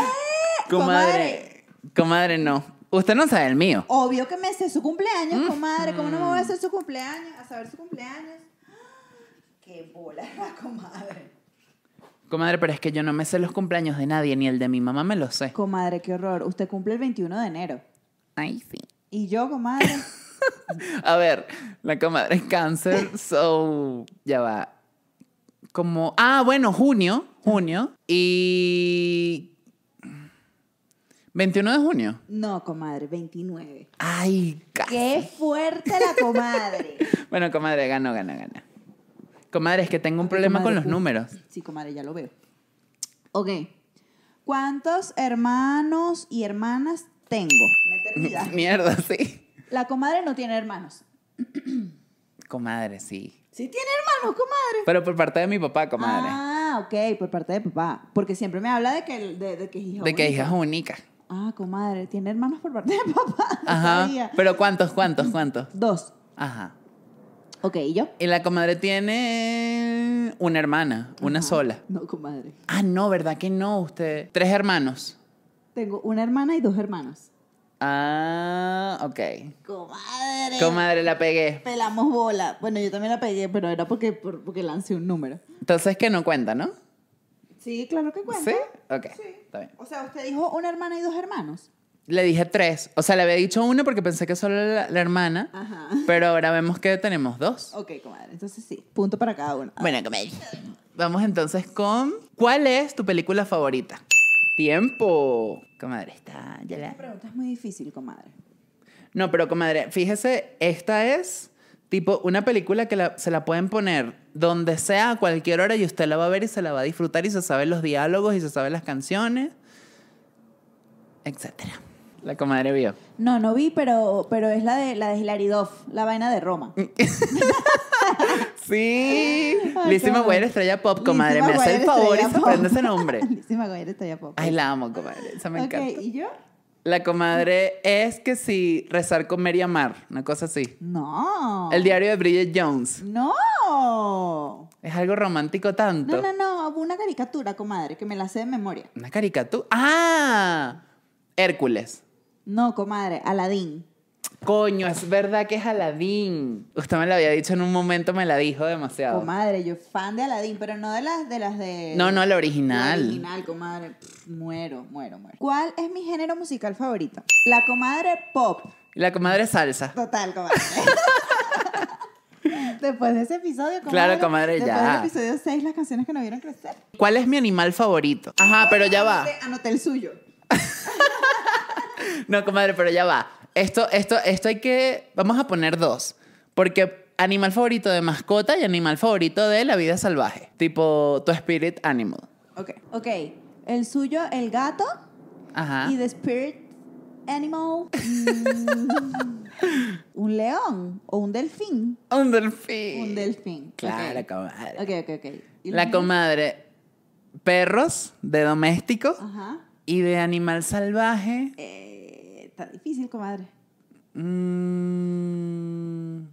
[SPEAKER 2] Comadre, comadre, no. Usted no sabe el mío.
[SPEAKER 1] Obvio que me sé su
[SPEAKER 2] Mm.
[SPEAKER 1] cumpleaños, comadre. ¿Cómo no me voy a hacer su cumpleaños? A saber su cumpleaños. Qué bola, comadre.
[SPEAKER 2] Comadre, pero es que yo no me sé los cumpleaños de nadie, ni el de mi mamá me lo sé.
[SPEAKER 1] Comadre, qué horror. Usted cumple el 21 de enero.
[SPEAKER 2] Ay, sí.
[SPEAKER 1] Y yo, comadre.
[SPEAKER 2] A ver, la comadre es cáncer, so ya va. Como, ah, bueno, junio, junio y 21 de junio.
[SPEAKER 1] No, comadre, 29.
[SPEAKER 2] Ay, ca-
[SPEAKER 1] Qué fuerte la comadre.
[SPEAKER 2] bueno, comadre, gano, gana, gana. Comadre, es que tengo un
[SPEAKER 1] Ok,
[SPEAKER 2] problema con
[SPEAKER 1] comadre,
[SPEAKER 2] los
[SPEAKER 1] uh.
[SPEAKER 2] números.
[SPEAKER 1] Sí, comadre, ya lo veo. Ok. ¿Cuántos hermanos y hermanas tengo? Me perdida.
[SPEAKER 2] Mierda, sí.
[SPEAKER 1] La comadre no tiene hermanos.
[SPEAKER 2] Comadre, sí.
[SPEAKER 1] Sí tiene hermanos, comadre.
[SPEAKER 2] Pero por parte de mi papá, comadre.
[SPEAKER 1] Ah, ok, por parte de papá. Porque siempre me habla de que, el- de, de que es hija
[SPEAKER 2] de que
[SPEAKER 1] única.
[SPEAKER 2] hijas únicas.
[SPEAKER 1] Ah, comadre, tiene hermanos por parte de papá. No
[SPEAKER 2] Ajá.
[SPEAKER 1] sabía.
[SPEAKER 2] Pero ¿cuántos, cuántos, cuántos?
[SPEAKER 1] Dos.
[SPEAKER 2] Ajá.
[SPEAKER 1] Ok, ¿y yo?
[SPEAKER 2] Y la comadre tiene una hermana, una
[SPEAKER 1] Ajá.
[SPEAKER 2] sola.
[SPEAKER 1] No, comadre.
[SPEAKER 2] Ah, no, ¿verdad que no? Usted. Tres hermanos.
[SPEAKER 1] Tengo una hermana y dos hermanos.
[SPEAKER 2] Ah, ok.
[SPEAKER 1] Comadre.
[SPEAKER 2] Comadre, la pegué.
[SPEAKER 1] Pelamos bola. Bueno, yo también la pegué, pero era porque, por- porque lancé un número.
[SPEAKER 2] Entonces que no cuenta, ¿no?
[SPEAKER 1] Sí, claro que cuenta.
[SPEAKER 2] ¿Sí? Ok.
[SPEAKER 1] Sí.
[SPEAKER 2] Está bien.
[SPEAKER 1] O sea, usted dijo una hermana y dos hermanos.
[SPEAKER 2] Le dije tres. O sea, le había dicho uno porque pensé que solo era la, la hermana.
[SPEAKER 1] Ajá. Oh.
[SPEAKER 2] Pero ahora vemos que tenemos dos.
[SPEAKER 1] Ok, comadre. Entonces sí, punto para cada uno. Ah,
[SPEAKER 2] Bueno, comadre. Vamos entonces con. ¿Cuál es tu película favorita? Tiempo. Comadre, está. Ya
[SPEAKER 1] La
[SPEAKER 2] la...
[SPEAKER 1] pregunta es muy difícil, comadre.
[SPEAKER 2] No, pero comadre, fíjese, esta es tipo una película que la- se la pueden poner donde sea, a cualquier hora, y usted la va a ver y se la va a disfrutar y se sabe los diálogos y se sabe las canciones, etcétera. La comadre vio.
[SPEAKER 1] No, no vi, pero, pero es la de, la de Hilary Duff, la vaina de Roma.
[SPEAKER 2] Mm, Sí.
[SPEAKER 1] Ay,
[SPEAKER 2] Lizzie
[SPEAKER 1] comadre.
[SPEAKER 2] McGuire, estrella pop, comadre.
[SPEAKER 1] Lizzie
[SPEAKER 2] Me hace el
[SPEAKER 1] McGuire,
[SPEAKER 2] favor y
[SPEAKER 1] estrella
[SPEAKER 2] se
[SPEAKER 1] pop.
[SPEAKER 2] prende ese nombre.
[SPEAKER 1] Lizzie McGuire está ya poco.
[SPEAKER 2] Ay, la amo, comadre. Esa me
[SPEAKER 1] ok,
[SPEAKER 2] encanta.
[SPEAKER 1] ¿y yo?
[SPEAKER 2] La comadre es que sí, rezar, comer y amar. Una cosa así.
[SPEAKER 1] No.
[SPEAKER 2] El diario de Bridget Jones.
[SPEAKER 1] No.
[SPEAKER 2] Es algo romántico tanto.
[SPEAKER 1] No, no, no. Hubo una caricatura, comadre, que me la sé de memoria.
[SPEAKER 2] Una caricatura. ¡Ah! Hércules.
[SPEAKER 1] No, comadre, Aladín.
[SPEAKER 2] Coño, es verdad que es Aladín. Usted me lo había dicho en un momento, me la dijo demasiado.
[SPEAKER 1] Comadre, yo fan de Aladín, pero no de las de las de.
[SPEAKER 2] No, no, la
[SPEAKER 1] La
[SPEAKER 2] original.
[SPEAKER 1] original, comadre. Pff, muero, muero, muero. ¿Cuál es mi género musical favorito? La comadre pop.
[SPEAKER 2] La comadre salsa.
[SPEAKER 1] Total, comadre. Después de ese episodio, comadre.
[SPEAKER 2] Claro, comadre,
[SPEAKER 1] después
[SPEAKER 2] ya.
[SPEAKER 1] Después del episodio 6, las canciones que nos vieron crecer.
[SPEAKER 2] ¿Cuál es mi animal favorito? Ajá, Ah, pero ya va.
[SPEAKER 1] Anoté, anoté el suyo.
[SPEAKER 2] No, comadre, pero ya va. Esto, esto, esto hay que. Vamos a poner dos. Porque animal favorito de mascota y animal favorito de la vida salvaje. Tipo tu spirit animal.
[SPEAKER 1] Ok. Ok. El suyo, el gato.
[SPEAKER 2] Ajá.
[SPEAKER 1] Y The Spirit Animal. mm, un león o un delfín.
[SPEAKER 2] Un delfín.
[SPEAKER 1] Un delfín.
[SPEAKER 2] Claro,
[SPEAKER 1] Ok.
[SPEAKER 2] comadre.
[SPEAKER 1] Ok, ok, ok. ¿Y
[SPEAKER 2] La
[SPEAKER 1] los-
[SPEAKER 2] comadre, perros de doméstico
[SPEAKER 1] Ajá.
[SPEAKER 2] y de animal salvaje.
[SPEAKER 1] Eh, está difícil, comadre.
[SPEAKER 2] mm,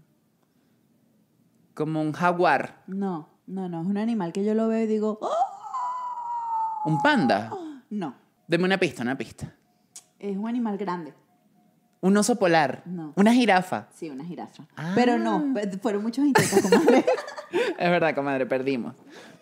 [SPEAKER 2] como un jaguar,
[SPEAKER 1] No, no, no. Es un animal que yo lo veo y digo, ¡Oh!
[SPEAKER 2] un panda.
[SPEAKER 1] No.
[SPEAKER 2] Deme una pista, una pista.
[SPEAKER 1] Es un animal grande.
[SPEAKER 2] Un oso polar,
[SPEAKER 1] No.
[SPEAKER 2] una jirafa.
[SPEAKER 1] Sí, una jirafa.
[SPEAKER 2] Ah.
[SPEAKER 1] Pero no, pe- fueron muchos intentos, comadre.
[SPEAKER 2] Es verdad, comadre, perdimos.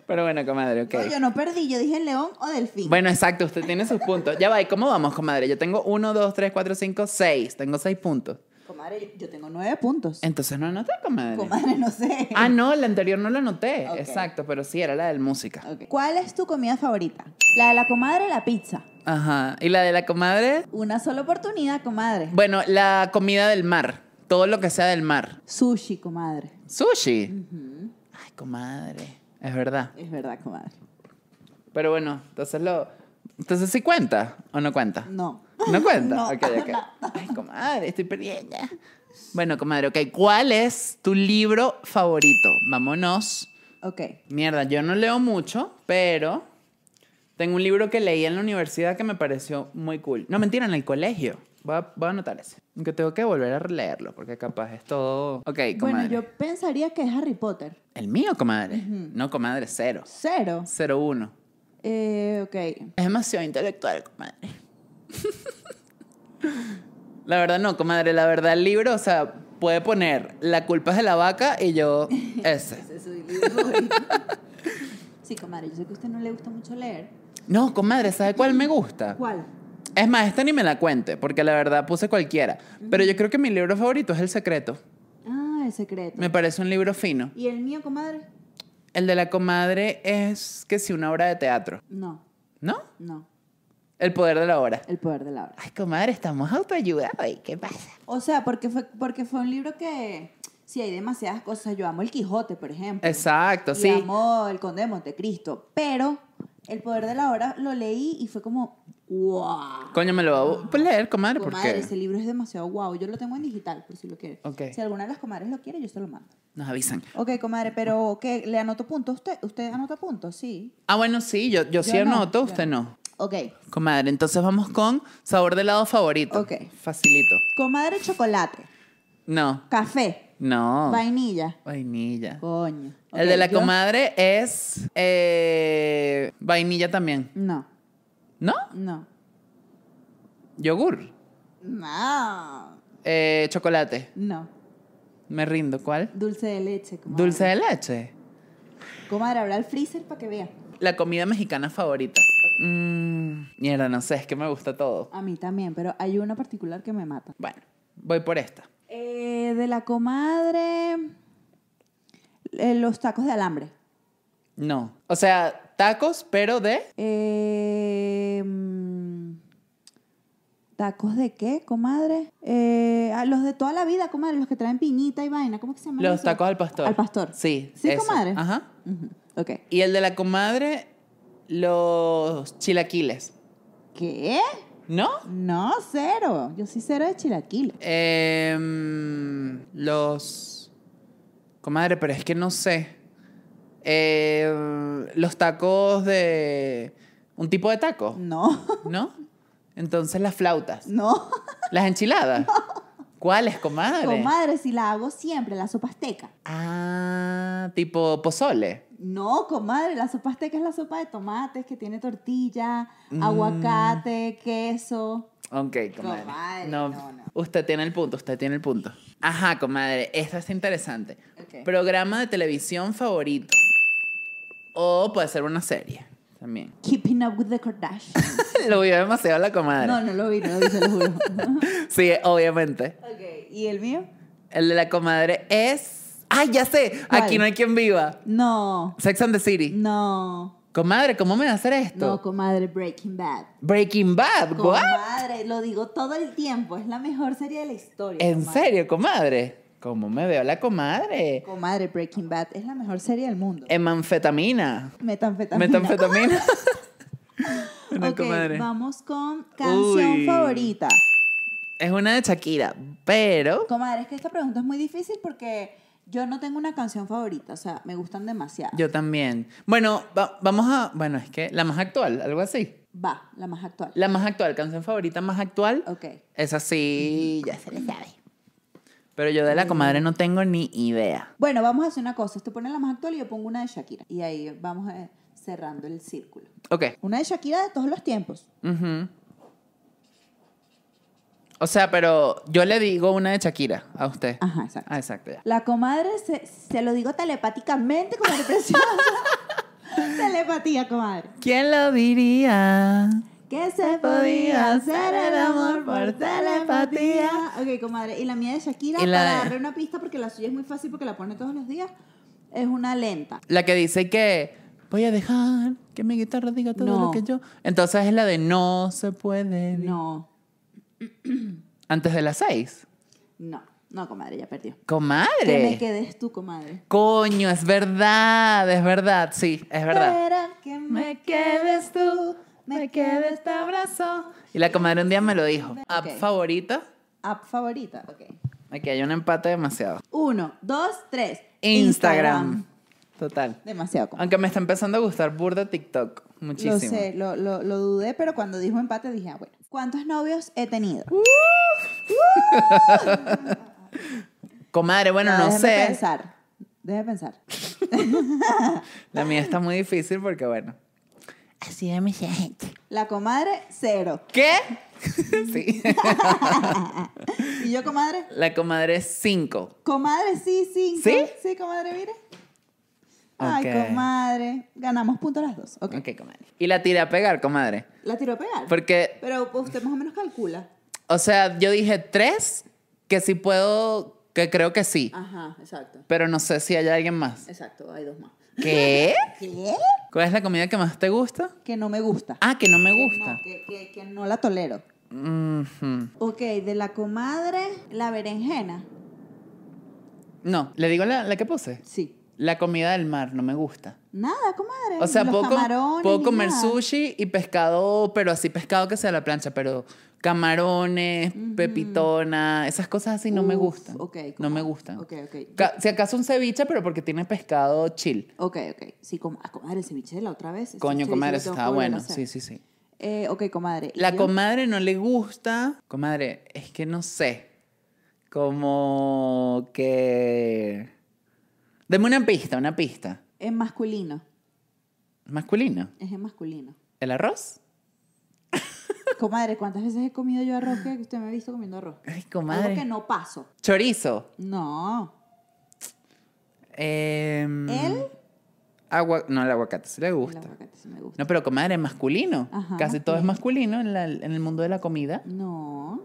[SPEAKER 2] Pero bueno, comadre, ok.
[SPEAKER 1] No, yo no perdí. Yo dije león o delfín.
[SPEAKER 2] Bueno, exacto, usted tiene sus puntos. Ya va, ¿y cómo vamos, comadre? Yo tengo uno, dos, tres, cuatro, cinco, seis. Tengo seis puntos.
[SPEAKER 1] Comadre, yo- yo tengo nueve puntos.
[SPEAKER 2] Entonces no anoté, comadre.
[SPEAKER 1] Comadre, no sé.
[SPEAKER 2] Ah, no, la anterior no la anoté.
[SPEAKER 1] Ok.
[SPEAKER 2] Exacto, pero sí, era la del música.
[SPEAKER 1] Ok. ¿Cuál es tu comida favorita? La de la comadre, la pizza.
[SPEAKER 2] Ajá. ¿Y la de la comadre?
[SPEAKER 1] Una sola oportunidad, comadre.
[SPEAKER 2] Bueno, la comida del mar. Todo lo que sea del mar.
[SPEAKER 1] Sushi, comadre.
[SPEAKER 2] Sushi. Ay, comadre. Es verdad.
[SPEAKER 1] Es verdad, comadre.
[SPEAKER 2] Pero bueno, entonces lo. Entonces sí cuenta o no cuenta.
[SPEAKER 1] No.
[SPEAKER 2] No cuenta.
[SPEAKER 1] No.
[SPEAKER 2] Ok, ok. Ay, comadre, estoy perdiendo. Bueno, comadre, ok. ¿Cuál es tu libro favorito? Vámonos.
[SPEAKER 1] Ok.
[SPEAKER 2] Mierda, yo no leo mucho, pero tengo un libro que leí en la universidad que me pareció muy cool. No, mentira, en el colegio. Voy a, voy a anotar ese. Aunque tengo que volver a leerlo, porque capaz es todo... Ok, comadre.
[SPEAKER 1] Bueno, yo pensaría que es Harry Potter.
[SPEAKER 2] El mío, comadre. No, comadre, cero.
[SPEAKER 1] Cero.
[SPEAKER 2] Cero uno.
[SPEAKER 1] Eh, ok.
[SPEAKER 2] Es demasiado intelectual, comadre. la verdad no, comadre. La verdad, el libro, o sea, puede poner La culpa es de la vaca y yo ese.
[SPEAKER 1] Ese soy yo. sí, comadre, yo sé que a usted no le gusta mucho leer.
[SPEAKER 2] No, comadre, ¿sabe cuál me gusta?
[SPEAKER 1] ¿Cuál?
[SPEAKER 2] Es más, esta ni me la cuente, porque la verdad puse cualquiera. Pero yo creo que mi libro favorito es El Secreto.
[SPEAKER 1] Ah, el secreto.
[SPEAKER 2] Me parece un libro fino.
[SPEAKER 1] ¿Y el mío, comadre?
[SPEAKER 2] El de la comadre es que si una obra de teatro,
[SPEAKER 1] No,
[SPEAKER 2] ¿no?
[SPEAKER 1] no.
[SPEAKER 2] El poder de la hora.
[SPEAKER 1] El poder de la hora.
[SPEAKER 2] Ay, comadre, estamos autoayudados. ¿y ¿Qué pasa?
[SPEAKER 1] O sea, porque fue, porque fue un libro que, si hay demasiadas cosas. Yo amo el Quijote, por ejemplo.
[SPEAKER 2] Exacto,
[SPEAKER 1] y
[SPEAKER 2] sí.
[SPEAKER 1] amo el Conde de Montecristo. Pero el poder de la hora lo leí y fue como, wow.
[SPEAKER 2] Coño, me lo voy a leer, comadre, porque...
[SPEAKER 1] Comadre, ese libro es demasiado guau. Yo lo tengo en digital, por si lo quiere.
[SPEAKER 2] Ok.
[SPEAKER 1] Si alguna de las comadres lo quiere, yo se lo mando.
[SPEAKER 2] Nos avisan.
[SPEAKER 1] Ok, comadre, pero ¿qué? ¿Le anoto puntos? ¿Usted, usted anota puntos? Sí.
[SPEAKER 2] Ah, bueno, sí, yo, yo, sí
[SPEAKER 1] no,
[SPEAKER 2] anoto,
[SPEAKER 1] yo
[SPEAKER 2] usted no.
[SPEAKER 1] Ok.
[SPEAKER 2] Comadre, entonces vamos con sabor de helado favorito.
[SPEAKER 1] Ok.
[SPEAKER 2] Facilito.
[SPEAKER 1] Comadre, chocolate,
[SPEAKER 2] No,
[SPEAKER 1] café,
[SPEAKER 2] no.
[SPEAKER 1] vainilla.
[SPEAKER 2] Vainilla.
[SPEAKER 1] Coño.
[SPEAKER 2] el de
[SPEAKER 1] Ok,
[SPEAKER 2] la
[SPEAKER 1] yo-
[SPEAKER 2] comadre es eh, vainilla también.
[SPEAKER 1] No,
[SPEAKER 2] ¿No?
[SPEAKER 1] no.
[SPEAKER 2] Yogur.
[SPEAKER 1] No.
[SPEAKER 2] Eh, chocolate.
[SPEAKER 1] No.
[SPEAKER 2] Me rindo. ¿Cuál?
[SPEAKER 1] Dulce de leche, comadre.
[SPEAKER 2] Dulce de leche.
[SPEAKER 1] Comadre, habrá el freezer para que vea.
[SPEAKER 2] La comida mexicana favorita. Mm, mierda, no sé, es que me gusta todo.
[SPEAKER 1] A mí también, pero hay una particular que me mata.
[SPEAKER 2] Bueno, voy por esta.
[SPEAKER 1] Eh, de la comadre. eh, los tacos de alambre.
[SPEAKER 2] No. O sea, tacos, pero de...
[SPEAKER 1] Ah, Eh, mm, ¿Tacos de qué, comadre? Eh, ah, los de toda la vida, comadre, los que traen piñita y vaina. ¿Cómo que se llaman?
[SPEAKER 2] Los
[SPEAKER 1] esos?
[SPEAKER 2] tacos al pastor.
[SPEAKER 1] Al pastor.
[SPEAKER 2] Sí.
[SPEAKER 1] Sí,
[SPEAKER 2] eso.
[SPEAKER 1] comadre.
[SPEAKER 2] Ajá.
[SPEAKER 1] Ujú, Ok.
[SPEAKER 2] Y el de la comadre, los chilaquiles.
[SPEAKER 1] ¿Qué?
[SPEAKER 2] ¿No?
[SPEAKER 1] No, cero. Yo soy cero de chilaquiles.
[SPEAKER 2] Em, los. Comadre, pero es que no sé. Em, los tacos de. Un tipo de taco,
[SPEAKER 1] No,
[SPEAKER 2] ¿no? Entonces las flautas.
[SPEAKER 1] no.
[SPEAKER 2] Las enchiladas. ¿Cuáles, comadre?
[SPEAKER 1] Comadre, si la hago siempre, la sopa azteca.
[SPEAKER 2] Ah, tipo pozole.
[SPEAKER 1] No, comadre, la sopa azteca es la sopa de tomates que tiene tortilla,
[SPEAKER 2] Mm.
[SPEAKER 1] aguacate, queso.
[SPEAKER 2] Ok, comadre.
[SPEAKER 1] Comadre, no, no.
[SPEAKER 2] Usted tiene el punto, usted tiene el punto. Ajá, comadre, esta está interesante.
[SPEAKER 1] Ok.
[SPEAKER 2] Programa de televisión favorito. O puede ser una serie también.
[SPEAKER 1] Keeping up with the Kardashians.
[SPEAKER 2] Lo vio demasiado la comadre.
[SPEAKER 1] No, no lo vi, no lo vi, se lo juro.
[SPEAKER 2] Sí, obviamente.
[SPEAKER 1] ok, ¿y el mío?
[SPEAKER 2] El de la comadre es. ¡Ay, ya sé!
[SPEAKER 1] ¿Cuál?
[SPEAKER 2] Aquí no hay quien viva.
[SPEAKER 1] No,
[SPEAKER 2] Sex and the City.
[SPEAKER 1] no,
[SPEAKER 2] Comadre, ¿cómo me va a hacer esto?
[SPEAKER 1] no, comadre, Breaking Bad.
[SPEAKER 2] Breaking Bad, ¿what?
[SPEAKER 1] Comadre, lo digo todo el tiempo, es la mejor serie de la historia.
[SPEAKER 2] ¿En
[SPEAKER 1] comadre.
[SPEAKER 2] serio, comadre? ¿Cómo me veo la comadre?
[SPEAKER 1] Comadre, Breaking Bad es la mejor serie del mundo.
[SPEAKER 2] En manfetamina.
[SPEAKER 1] Metanfetamina.
[SPEAKER 2] Metanfetamina. Una
[SPEAKER 1] Ok,
[SPEAKER 2] comadre.
[SPEAKER 1] vamos con canción
[SPEAKER 2] Uy.
[SPEAKER 1] favorita.
[SPEAKER 2] Es una de Shakira, pero.
[SPEAKER 1] Comadre, es que esta pregunta es muy difícil porque yo no tengo una canción favorita, o sea, me gustan demasiado.
[SPEAKER 2] Yo también. Bueno, va- vamos a. Bueno, es que la más actual, algo así.
[SPEAKER 1] Va, la más actual.
[SPEAKER 2] La más actual, canción favorita más actual.
[SPEAKER 1] Ok.
[SPEAKER 2] Esa sí, ya se le sabe. Pero yo de la comadre no tengo ni idea.
[SPEAKER 1] Bueno, vamos a hacer una cosa. Tú pones la más actual y yo pongo una de Shakira. Y ahí vamos eh, cerrando el círculo.
[SPEAKER 2] Ok.
[SPEAKER 1] Una de Shakira de todos los tiempos.
[SPEAKER 2] ujú. O sea, pero yo le digo una de Shakira a usted.
[SPEAKER 1] Ajá, exacto.
[SPEAKER 2] Ah, exacto, ya.
[SPEAKER 1] La comadre se, se lo digo telepáticamente, comadre preciosa. Telepatía, comadre.
[SPEAKER 2] ¿Quién lo diría?
[SPEAKER 1] Que se podía hacer el amor por telepatía. Ok, comadre. Y la mía de Shakira,
[SPEAKER 2] Y la
[SPEAKER 1] para
[SPEAKER 2] de-
[SPEAKER 1] darle una pista, porque la suya es muy fácil porque la pone todos los días, es una lenta.
[SPEAKER 2] La que dice que voy a dejar que mi guitarra diga todo
[SPEAKER 1] No.
[SPEAKER 2] lo que yo. Entonces es la de no se puede. vi-
[SPEAKER 1] No,
[SPEAKER 2] Antes de las seis.
[SPEAKER 1] no, no, comadre, ya perdió. Que me
[SPEAKER 2] Comadre.
[SPEAKER 1] quedes tú, comadre.
[SPEAKER 2] Coño, es verdad, es verdad. Sí, es verdad.
[SPEAKER 1] Espera que me quedes tú, me quedes
[SPEAKER 2] este
[SPEAKER 1] tú.
[SPEAKER 2] abrazo. Y la comadre un día me lo dijo. App
[SPEAKER 1] Ok.
[SPEAKER 2] favorita.
[SPEAKER 1] App favorita, ok.
[SPEAKER 2] Aquí hay un empate demasiado.
[SPEAKER 1] Uno, dos, tres.
[SPEAKER 2] Instagram. Total.
[SPEAKER 1] Demasiado comadre.
[SPEAKER 2] Aunque me está empezando a gustar burda TikTok. Muchísimo.
[SPEAKER 1] Lo sé, lo, lo, lo dudé, pero cuando dijo empate dije, ah, bueno. ¿Cuántos novios he tenido?
[SPEAKER 2] Comadre, bueno,
[SPEAKER 1] Ya,
[SPEAKER 2] no
[SPEAKER 1] déjame
[SPEAKER 2] sé.
[SPEAKER 1] pensar. Déjame pensar.
[SPEAKER 2] La mía está muy difícil porque, bueno. Así es mucha gente.
[SPEAKER 1] La comadre, cero.
[SPEAKER 2] ¿Qué? sí.
[SPEAKER 1] ¿Y yo, comadre?
[SPEAKER 2] La comadre es 5.
[SPEAKER 1] Comadre, sí, cinco.
[SPEAKER 2] ¿Sí?
[SPEAKER 1] Sí, comadre, mire. Ay,
[SPEAKER 2] Ok.
[SPEAKER 1] comadre. Ganamos puntos las dos. Ok.
[SPEAKER 2] Ok, comadre. Y la tiré a pegar, comadre.
[SPEAKER 1] La tiró a pegar.
[SPEAKER 2] Porque,
[SPEAKER 1] Pero usted más o menos calcula.
[SPEAKER 2] o sea, yo dije 3, que sí puedo, que creo que sí.
[SPEAKER 1] Ajá, exacto.
[SPEAKER 2] Pero no sé si hay alguien más.
[SPEAKER 1] Exacto, hay dos más.
[SPEAKER 2] ¿Qué?
[SPEAKER 1] ¿Qué?
[SPEAKER 2] ¿Cuál es la comida que más te gusta?
[SPEAKER 1] Que no me gusta.
[SPEAKER 2] Ah, que no me gusta.
[SPEAKER 1] No, que, que, que no la tolero.
[SPEAKER 2] Ujú.
[SPEAKER 1] Ok, de la comadre, la berenjena.
[SPEAKER 2] No, le digo la, la que puse.
[SPEAKER 1] Sí.
[SPEAKER 2] La comida del mar, no me gusta.
[SPEAKER 1] Nada, comadre.
[SPEAKER 2] O sea,
[SPEAKER 1] los
[SPEAKER 2] puedo, com-
[SPEAKER 1] camarones
[SPEAKER 2] puedo
[SPEAKER 1] ni
[SPEAKER 2] comer
[SPEAKER 1] nada.
[SPEAKER 2] sushi y pescado, pero así pescado que sea a la plancha, pero camarones, pepitona, esas cosas así no me
[SPEAKER 1] Uf,
[SPEAKER 2] gustan.
[SPEAKER 1] ok,
[SPEAKER 2] no me
[SPEAKER 1] comadre.
[SPEAKER 2] gustan.
[SPEAKER 1] Ok, ok.
[SPEAKER 2] Ca- si acaso un ceviche, pero porque tiene pescado chill.
[SPEAKER 1] Ok, ok. Sí, com- ah, comadre, el ceviche de la otra vez. ese
[SPEAKER 2] Coño,
[SPEAKER 1] ceviche
[SPEAKER 2] comadre,
[SPEAKER 1] lo
[SPEAKER 2] eso
[SPEAKER 1] tengo que
[SPEAKER 2] estaba
[SPEAKER 1] volver a
[SPEAKER 2] bueno.
[SPEAKER 1] hacer.
[SPEAKER 2] Sí, sí, sí.
[SPEAKER 1] Eh, ok, comadre. ¿y
[SPEAKER 2] La
[SPEAKER 1] yo?
[SPEAKER 2] comadre no le gusta. Comadre, es que no sé. Como que. Deme una pista, una pista.
[SPEAKER 1] Es masculino.
[SPEAKER 2] Masculino.
[SPEAKER 1] Es en masculino.
[SPEAKER 2] ¿El arroz?
[SPEAKER 1] Comadre, ¿cuántas veces he comido yo arroz que usted me ha visto comiendo arroz?
[SPEAKER 2] Ay,
[SPEAKER 1] Algo
[SPEAKER 2] comadre.
[SPEAKER 1] que no paso.
[SPEAKER 2] Chorizo.
[SPEAKER 1] No.
[SPEAKER 2] Em,
[SPEAKER 1] ¿El?
[SPEAKER 2] agua- no, el aguacate sí le
[SPEAKER 1] El
[SPEAKER 2] gusta.
[SPEAKER 1] aguacate sí me gusta.
[SPEAKER 2] No, pero comadre, masculino.
[SPEAKER 1] Ajá,
[SPEAKER 2] Casi todo es masculino en, la- en el mundo de la comida.
[SPEAKER 1] No.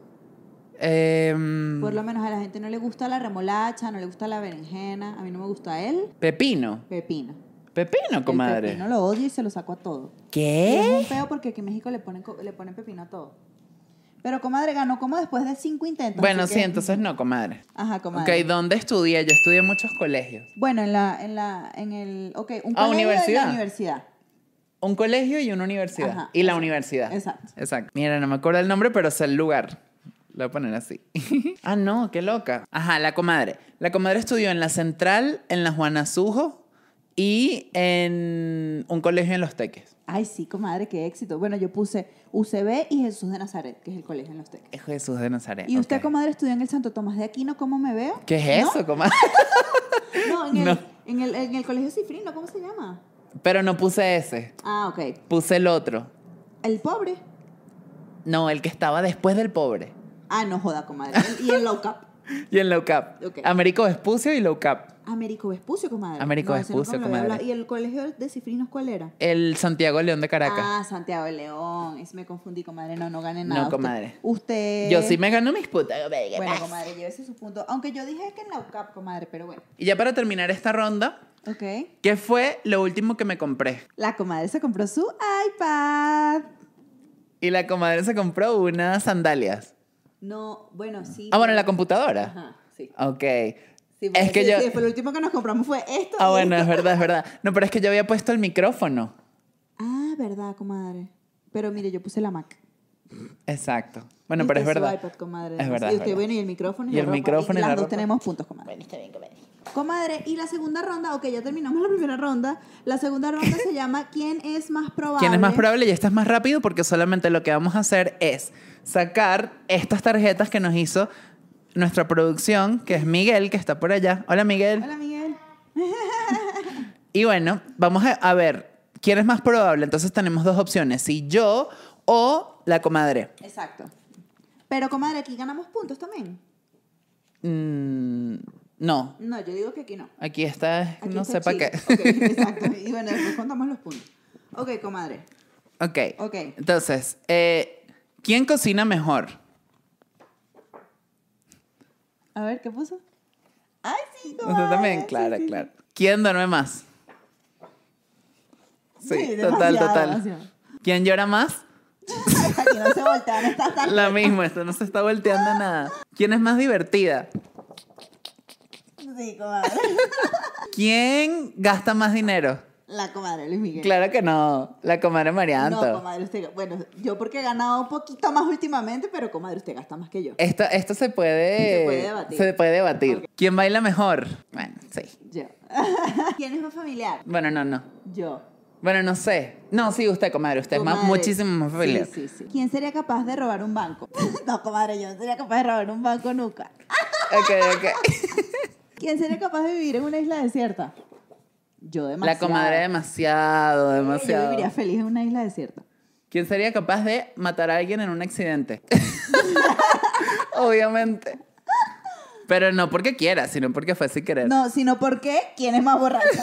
[SPEAKER 2] Em,
[SPEAKER 1] Por lo menos a la gente no le gusta la remolacha, no le gusta la berenjena. A mí no me gusta el
[SPEAKER 2] Pepino.
[SPEAKER 1] pepino.
[SPEAKER 2] Pepino, comadre.
[SPEAKER 1] El pepino lo odio y se lo saco a todo. Y
[SPEAKER 2] ¿Qué?
[SPEAKER 1] Es un peo porque aquí en México le ponen, co- le ponen pepino a todo. Pero comadre ganó como después de cinco intentos.
[SPEAKER 2] Bueno,
[SPEAKER 1] así
[SPEAKER 2] sí,
[SPEAKER 1] que-
[SPEAKER 2] entonces no, comadre.
[SPEAKER 1] Ajá,
[SPEAKER 2] Ok,
[SPEAKER 1] comadre.
[SPEAKER 2] ¿dónde estudié? Yo estudié en muchos colegios.
[SPEAKER 1] Bueno, en la, en la, en el, ok, un colegio
[SPEAKER 2] Ah,
[SPEAKER 1] de
[SPEAKER 2] universidad.
[SPEAKER 1] la universidad.
[SPEAKER 2] Un colegio y una universidad.
[SPEAKER 1] Ajá,
[SPEAKER 2] y la
[SPEAKER 1] exacto,
[SPEAKER 2] universidad.
[SPEAKER 1] exacto.
[SPEAKER 2] Exacto. Mira, no me acuerdo el nombre, pero sé el lugar. Lo voy a poner así. ah, no, qué loca. Ajá, la comadre. La comadre estudió en la Central, en la Juana Sujo y en un colegio en Los Teques.
[SPEAKER 1] Ay, sí, comadre, qué éxito. Bueno, yo puse UCB y Jesús de Nazaret, que es el colegio en Los Teques.
[SPEAKER 2] Es Jesús de Nazaret.
[SPEAKER 1] Y usted,
[SPEAKER 2] ok.
[SPEAKER 1] comadre, estudió en el Santo Tomás de Aquino, ¿cómo me veo?
[SPEAKER 2] ¿Qué es eso, comadre?
[SPEAKER 1] No, en el,
[SPEAKER 2] No.
[SPEAKER 1] En el, en el colegio Cifrino, ¿cómo se llama?
[SPEAKER 2] pero no puse ese.
[SPEAKER 1] Ah, ok.
[SPEAKER 2] Puse el otro.
[SPEAKER 1] El pobre.
[SPEAKER 2] No, el que estaba después del pobre.
[SPEAKER 1] Ah, no joda, comadre. El- y el low cap.
[SPEAKER 2] Y en Low Cap.
[SPEAKER 1] Ok.
[SPEAKER 2] Américo Vespucio y Low Cap.
[SPEAKER 1] Américo Vespucio, comadre.
[SPEAKER 2] Américo
[SPEAKER 1] ese nunca me
[SPEAKER 2] Vespucio,
[SPEAKER 1] lo había
[SPEAKER 2] comadre.
[SPEAKER 1] hablado. ¿Y el colegio de Cifrinos cuál era?
[SPEAKER 2] El Santiago León de Caracas.
[SPEAKER 1] Ah, Santiago de León. Ese me confundí, comadre. No, no gané nada. Usted-
[SPEAKER 2] comadre.
[SPEAKER 1] Usted.
[SPEAKER 2] Yo sí me gano mis putas.
[SPEAKER 1] Bueno, comadre, llévese su punto. Aunque yo dije que en la UCAP, comadre, pero bueno.
[SPEAKER 2] Y ya para terminar esta ronda,
[SPEAKER 1] Ok.
[SPEAKER 2] ¿qué fue lo último que me compré?
[SPEAKER 1] La comadre se compró su iPad.
[SPEAKER 2] Y la comadre se compró unas sandalias.
[SPEAKER 1] No, bueno, sí.
[SPEAKER 2] Ah, bueno, la computadora.
[SPEAKER 1] Ajá, sí.
[SPEAKER 2] Ok.
[SPEAKER 1] Sí, porque
[SPEAKER 2] es que
[SPEAKER 1] sí,
[SPEAKER 2] yo...
[SPEAKER 1] sí, fue lo último que nos compramos fue esto.
[SPEAKER 2] ah,
[SPEAKER 1] y
[SPEAKER 2] bueno,
[SPEAKER 1] esto.
[SPEAKER 2] es verdad, es verdad. No, pero es que yo había puesto el micrófono.
[SPEAKER 1] Ah, verdad, comadre. Pero mire, yo puse la Mac.
[SPEAKER 2] Exacto. Bueno,
[SPEAKER 1] Y
[SPEAKER 2] pero es
[SPEAKER 1] usted su
[SPEAKER 2] verdad.
[SPEAKER 1] iPad, comadre.
[SPEAKER 2] Es verdad,
[SPEAKER 1] Y
[SPEAKER 2] es
[SPEAKER 1] usted,
[SPEAKER 2] verdad.
[SPEAKER 1] bueno, y el micrófono y,
[SPEAKER 2] Y
[SPEAKER 1] la
[SPEAKER 2] el
[SPEAKER 1] ropa.
[SPEAKER 2] micrófono y
[SPEAKER 1] las
[SPEAKER 2] la
[SPEAKER 1] dos
[SPEAKER 2] ropa.
[SPEAKER 1] tenemos puntos, comadre.
[SPEAKER 2] Bueno, está bien, comadre.
[SPEAKER 1] Comadre, y la segunda ronda, ok, ya terminamos la primera ronda. La segunda ronda se llama ¿Quién es más probable?
[SPEAKER 2] ¿Quién es más probable? Y esta es más rápido porque solamente lo que vamos a hacer es sacar estas tarjetas que nos hizo nuestra producción, que es Miguel, que está por allá. Hola, Miguel.
[SPEAKER 1] Hola, Miguel.
[SPEAKER 2] Y bueno, vamos a, a ver quién es más probable. Entonces tenemos dos opciones, si yo o la comadre.
[SPEAKER 1] Exacto. Pero, comadre, aquí ganamos puntos también.
[SPEAKER 2] Mm, no,
[SPEAKER 1] No, yo digo que aquí no.
[SPEAKER 2] aquí está,
[SPEAKER 1] Aquí
[SPEAKER 2] no
[SPEAKER 1] está
[SPEAKER 2] sé para
[SPEAKER 1] Chile.
[SPEAKER 2] qué.
[SPEAKER 1] Ok, exacto. Y bueno, después contamos los puntos. Ok, comadre.
[SPEAKER 2] Ok.
[SPEAKER 1] Ok.
[SPEAKER 2] Entonces, eh, ¿quién cocina mejor?
[SPEAKER 1] A ver, ¿qué puso? Ay, sí, comadre.
[SPEAKER 2] Usted también,
[SPEAKER 1] sí,
[SPEAKER 2] claro,
[SPEAKER 1] sí, sí.
[SPEAKER 2] claro. ¿Quién duerme más? Sí, total,
[SPEAKER 1] demasiado,
[SPEAKER 2] total.
[SPEAKER 1] demasiado.
[SPEAKER 2] ¿Quién llora más?
[SPEAKER 1] Aquí no se voltean estas tarjetas.
[SPEAKER 2] La misma, esto no se está volteando nada. ¿Quién es más divertida?
[SPEAKER 1] Sí, comadre.
[SPEAKER 2] ¿Quién gasta más dinero?
[SPEAKER 1] La comadre Luis Miguel.
[SPEAKER 2] Claro que no, la comadre María
[SPEAKER 1] No,
[SPEAKER 2] Anto.
[SPEAKER 1] comadre, usted. Bueno, yo porque he ganado un poquito más últimamente, pero comadre, usted gasta más que yo.
[SPEAKER 2] Esto, esto se puede.
[SPEAKER 1] Se puede debatir.
[SPEAKER 2] se puede debatir. ¿Quién baila mejor? Bueno, sí.
[SPEAKER 1] Yo. ¿Quién es más familiar?
[SPEAKER 2] Bueno, no, no.
[SPEAKER 1] Yo.
[SPEAKER 2] Bueno, no sé. No, sí, usted, comadre. Usted es más,
[SPEAKER 1] Comadre.
[SPEAKER 2] muchísimo más familiar.
[SPEAKER 1] Sí, sí, sí. ¿Quién sería capaz de robar un banco? no, comadre, yo no sería capaz de robar un banco nunca.
[SPEAKER 2] Ok, ok.
[SPEAKER 1] ¿Quién sería capaz de vivir en una isla desierta? Yo demasiado.
[SPEAKER 2] La comadre demasiado,
[SPEAKER 1] Yo
[SPEAKER 2] demasiado.
[SPEAKER 1] viviría feliz en una isla desierta.
[SPEAKER 2] ¿Quién sería capaz de matar a alguien en un accidente? Obviamente. Pero no porque quiera, sino porque fue sin querer.
[SPEAKER 1] No, sino porque quién es más borracha.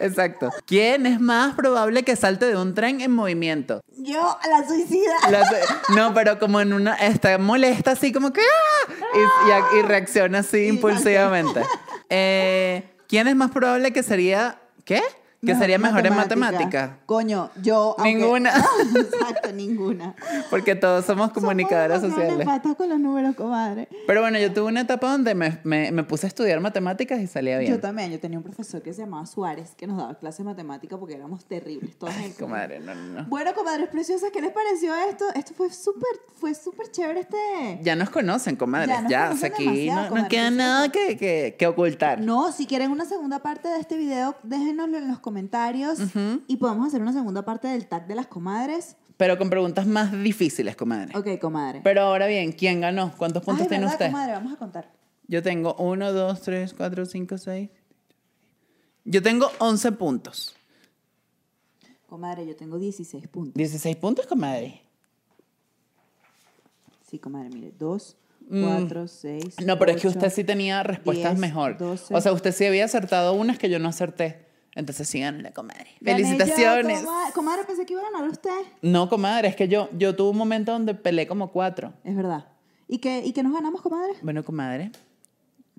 [SPEAKER 2] Exacto. ¿Quién es más probable que salte de un tren en movimiento?
[SPEAKER 1] Yo a la suicida.
[SPEAKER 2] La se- no, pero como en una. Está molesta así como que. ¡ah! Y, y a- y reacciona así
[SPEAKER 1] Exacto.
[SPEAKER 2] impulsivamente. Eh, ¿Quién es más probable que sería. ¿Qué? Que sería mejor en matemática.
[SPEAKER 1] Coño, yo. aunque-
[SPEAKER 2] Ninguna.
[SPEAKER 1] Exacto, ninguna.
[SPEAKER 2] Porque todos somos comunicadoras
[SPEAKER 1] Somos unas
[SPEAKER 2] sociales.
[SPEAKER 1] patas con los números, comadre.
[SPEAKER 2] Pero bueno, yo tuve una etapa donde me, me- me puse a estudiar matemáticas y salía bien.
[SPEAKER 1] Yo también, yo tenía un profesor que se llamaba Suárez, que nos daba clases de matemática porque éramos terribles todos en el colegio.
[SPEAKER 2] Comadre, no, no, no.
[SPEAKER 1] Bueno, comadres preciosas, ¿qué les pareció esto? Esto fue súper, fue súper chévere este...
[SPEAKER 2] Ya nos conocen, comadres.
[SPEAKER 1] Ya nos
[SPEAKER 2] Ya, o
[SPEAKER 1] conocen
[SPEAKER 2] sea, aquí
[SPEAKER 1] demasiado,
[SPEAKER 2] no, no
[SPEAKER 1] comadre,
[SPEAKER 2] queda
[SPEAKER 1] sí,
[SPEAKER 2] nada que, que- que ocultar.
[SPEAKER 1] No, si quieren una segunda parte de este video, déjenoslo en los comentarios y podemos hacer una segunda parte del tag de las comadres.
[SPEAKER 2] Pero con preguntas más difíciles, comadre.
[SPEAKER 1] Ok, comadre.
[SPEAKER 2] Pero ahora bien, ¿quién ganó? ¿Cuántos puntos
[SPEAKER 1] Ay,
[SPEAKER 2] tiene
[SPEAKER 1] ¿verdad,
[SPEAKER 2] usted?
[SPEAKER 1] comadre? Vamos a contar.
[SPEAKER 2] Yo tengo 1, 2, 3, 4, 5, 6. Yo tengo 11 puntos.
[SPEAKER 1] Comadre, yo tengo 16 puntos.
[SPEAKER 2] 16 puntos, comadre.
[SPEAKER 1] Sí, comadre, mire, 2, 4, 6.
[SPEAKER 2] Mm. No, pero es que usted sí tenía respuestas
[SPEAKER 1] 10,
[SPEAKER 2] mejor.
[SPEAKER 1] 12.
[SPEAKER 2] O sea, usted sí había acertado unas que yo no acerté. Entonces sí ganó la comadre.
[SPEAKER 1] Gané yo,
[SPEAKER 2] Felicitaciones.
[SPEAKER 1] comadre. comadre, pensé que iba a ganar usted.
[SPEAKER 2] No, comadre, es que yo, yo tuve un momento donde peleé como cuatro.
[SPEAKER 1] Es verdad. ¿Y qué, ¿Y qué nos ganamos, comadre?
[SPEAKER 2] Bueno, comadre.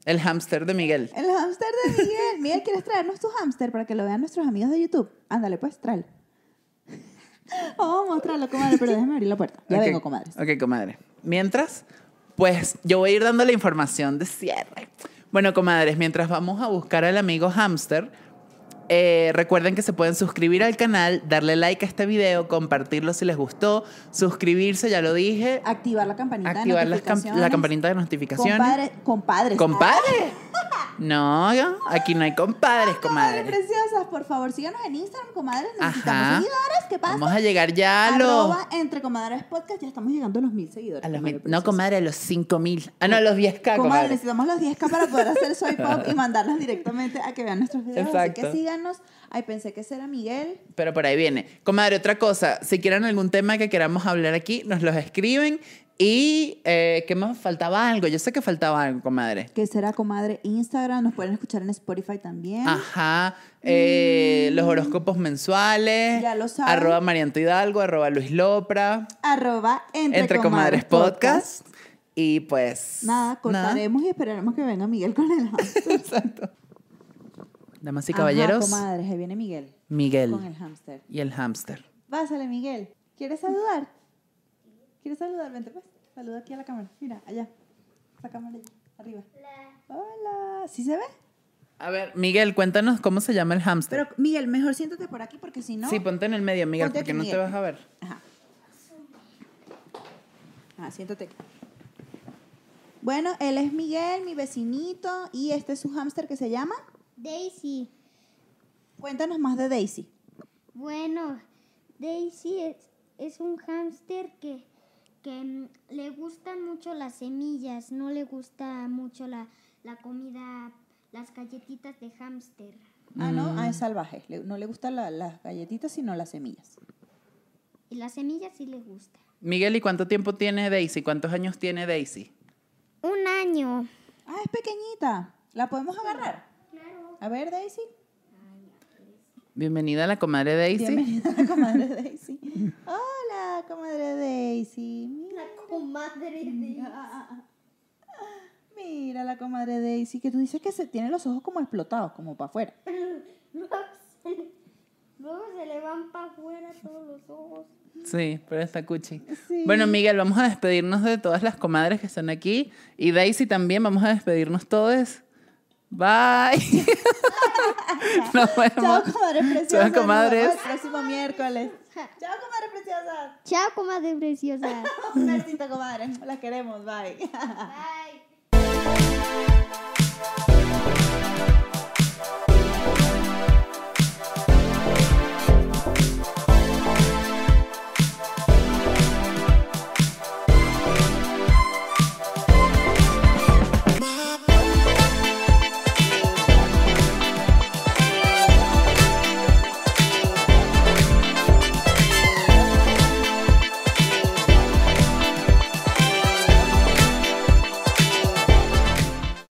[SPEAKER 2] El hámster de Miguel.
[SPEAKER 1] El hámster de Miguel. Miguel, ¿quieres traernos tu hámster para que lo vean nuestros amigos de YouTube? Ándale, pues, tráelo. Vamos a mostrarlo, comadre, pero déjame abrir la puerta. Ya
[SPEAKER 2] Ok.
[SPEAKER 1] vengo, comadres.
[SPEAKER 2] Ok, comadre. Mientras, pues yo voy a ir dando la información de cierre. Bueno, comadres, mientras vamos a buscar al amigo hamster, eh, recuerden que se pueden suscribir al canal, darle like a este video, compartirlo si les gustó, suscribirse, ya lo dije,
[SPEAKER 1] Activar la campanita
[SPEAKER 2] activar
[SPEAKER 1] de
[SPEAKER 2] las cam-
[SPEAKER 1] notificaciones.
[SPEAKER 2] la campanita de notificaciones.
[SPEAKER 1] Compadre, compadres.
[SPEAKER 2] ¿Compadre? No, aquí no hay compadres,
[SPEAKER 1] Comadres
[SPEAKER 2] comadre.
[SPEAKER 1] preciosas, por favor, síganos en Instagram, comadres. Necesitamos
[SPEAKER 2] Ajá.
[SPEAKER 1] seguidores. ¿Qué pasa?
[SPEAKER 2] Vamos a llegar ya a los...
[SPEAKER 1] Arroba entre comadres podcast. Ya estamos llegando a los mil seguidores.
[SPEAKER 2] a los
[SPEAKER 1] comadre
[SPEAKER 2] mil- no,
[SPEAKER 1] preciosa.
[SPEAKER 2] comadre, a los 5000. Ah, no, a los 10k,
[SPEAKER 1] Comadre,
[SPEAKER 2] comadre.
[SPEAKER 1] necesitamos los 10k para poder hacer soy pop y mandarlas directamente a que vean nuestros videos. Así que
[SPEAKER 2] Exacto.
[SPEAKER 1] síganos. Ay, pensé que ese era Miguel.
[SPEAKER 2] Pero por ahí viene. Comadre, otra cosa. Si quieren algún tema que queramos hablar aquí, nos los escriben. Y eh, ¿qué más? Faltaba algo. Yo sé que faltaba algo, comadre.
[SPEAKER 1] que será comadre Instagram. Nos pueden escuchar en Spotify también.
[SPEAKER 2] Ah. Ajá. eh, Los horóscopos mensuales.
[SPEAKER 1] Mm. Ya lo saben.
[SPEAKER 2] Arroba Marianto Hidalgo, arroba Luis Lopra.
[SPEAKER 1] Arroba entre,
[SPEAKER 2] Entre, comadres, podcast. Y pues.
[SPEAKER 1] Nada, cortaremos y esperaremos que venga Miguel con el hámster.
[SPEAKER 2] Exacto. Damas y
[SPEAKER 1] Ajá,
[SPEAKER 2] caballeros,
[SPEAKER 1] comadres, ahí viene Miguel con el
[SPEAKER 2] Miguel
[SPEAKER 1] hámster.
[SPEAKER 2] y el hámster.
[SPEAKER 1] Pásale, Miguel. ¿Quieres saludar? ¿Quieres saludar? Vente, pues. Saluda aquí a la cámara. Mira, allá. La cámara allá, arriba. Hola. Hola. ¿Sí se ve?
[SPEAKER 2] A ver, Miguel, cuéntanos cómo se llama el hámster.
[SPEAKER 1] Pero, Miguel, mejor siéntate por aquí porque si no...
[SPEAKER 2] Sí, ponte en el medio, Miguel,
[SPEAKER 1] Ponte
[SPEAKER 2] porque
[SPEAKER 1] aquí,
[SPEAKER 2] no te
[SPEAKER 1] Miguel.
[SPEAKER 2] vas a ver.
[SPEAKER 1] Ajá. Ah, siéntate. aquí. Bueno, él es Miguel, mi vecinito, y este es su hámster que se llama.
[SPEAKER 3] Daisy.
[SPEAKER 1] Cuéntanos más de Daisy.
[SPEAKER 3] Bueno, Daisy es, es un hámster que, que mm, le gustan mucho las semillas, no le gusta mucho la, la comida, las galletitas de hámster.
[SPEAKER 1] Ah, no, ah, es salvaje. Le- no le gustan la- las galletitas, sino las semillas.
[SPEAKER 3] Y las semillas sí le gusta.
[SPEAKER 2] Miguel, ¿y cuánto tiempo tiene Daisy? ¿Cuántos años tiene Daisy?
[SPEAKER 3] Un año.
[SPEAKER 1] Ah, es pequeñita. ¿La podemos agarrar?
[SPEAKER 3] Claro.
[SPEAKER 1] A ver, Daisy.
[SPEAKER 2] Bienvenida a la comadre Daisy.
[SPEAKER 1] Bienvenida a la comadre Daisy. Hola, comadre Daisy. Mira,
[SPEAKER 3] comadre
[SPEAKER 1] mira la comadre Daisy, que tú dices que se tiene los ojos como explotados, como para afuera.
[SPEAKER 3] Luego se le van para afuera todos los ojos.
[SPEAKER 2] Sí, pero está cuchi.
[SPEAKER 1] Sí.
[SPEAKER 2] Bueno, Miguel, vamos a despedirnos de todas las comadres que están aquí. Y Daisy también, vamos a despedirnos todos. Bye. Nos
[SPEAKER 1] Chao,
[SPEAKER 2] vemos.
[SPEAKER 1] comadres preciosas.
[SPEAKER 2] Chao, comadres.
[SPEAKER 1] Nos vemos el próximo miércoles. Chao, comadres preciosas.
[SPEAKER 3] Chao, comadre preciosa.
[SPEAKER 1] Un besito, comadres. Las queremos. Bye.
[SPEAKER 3] Bye.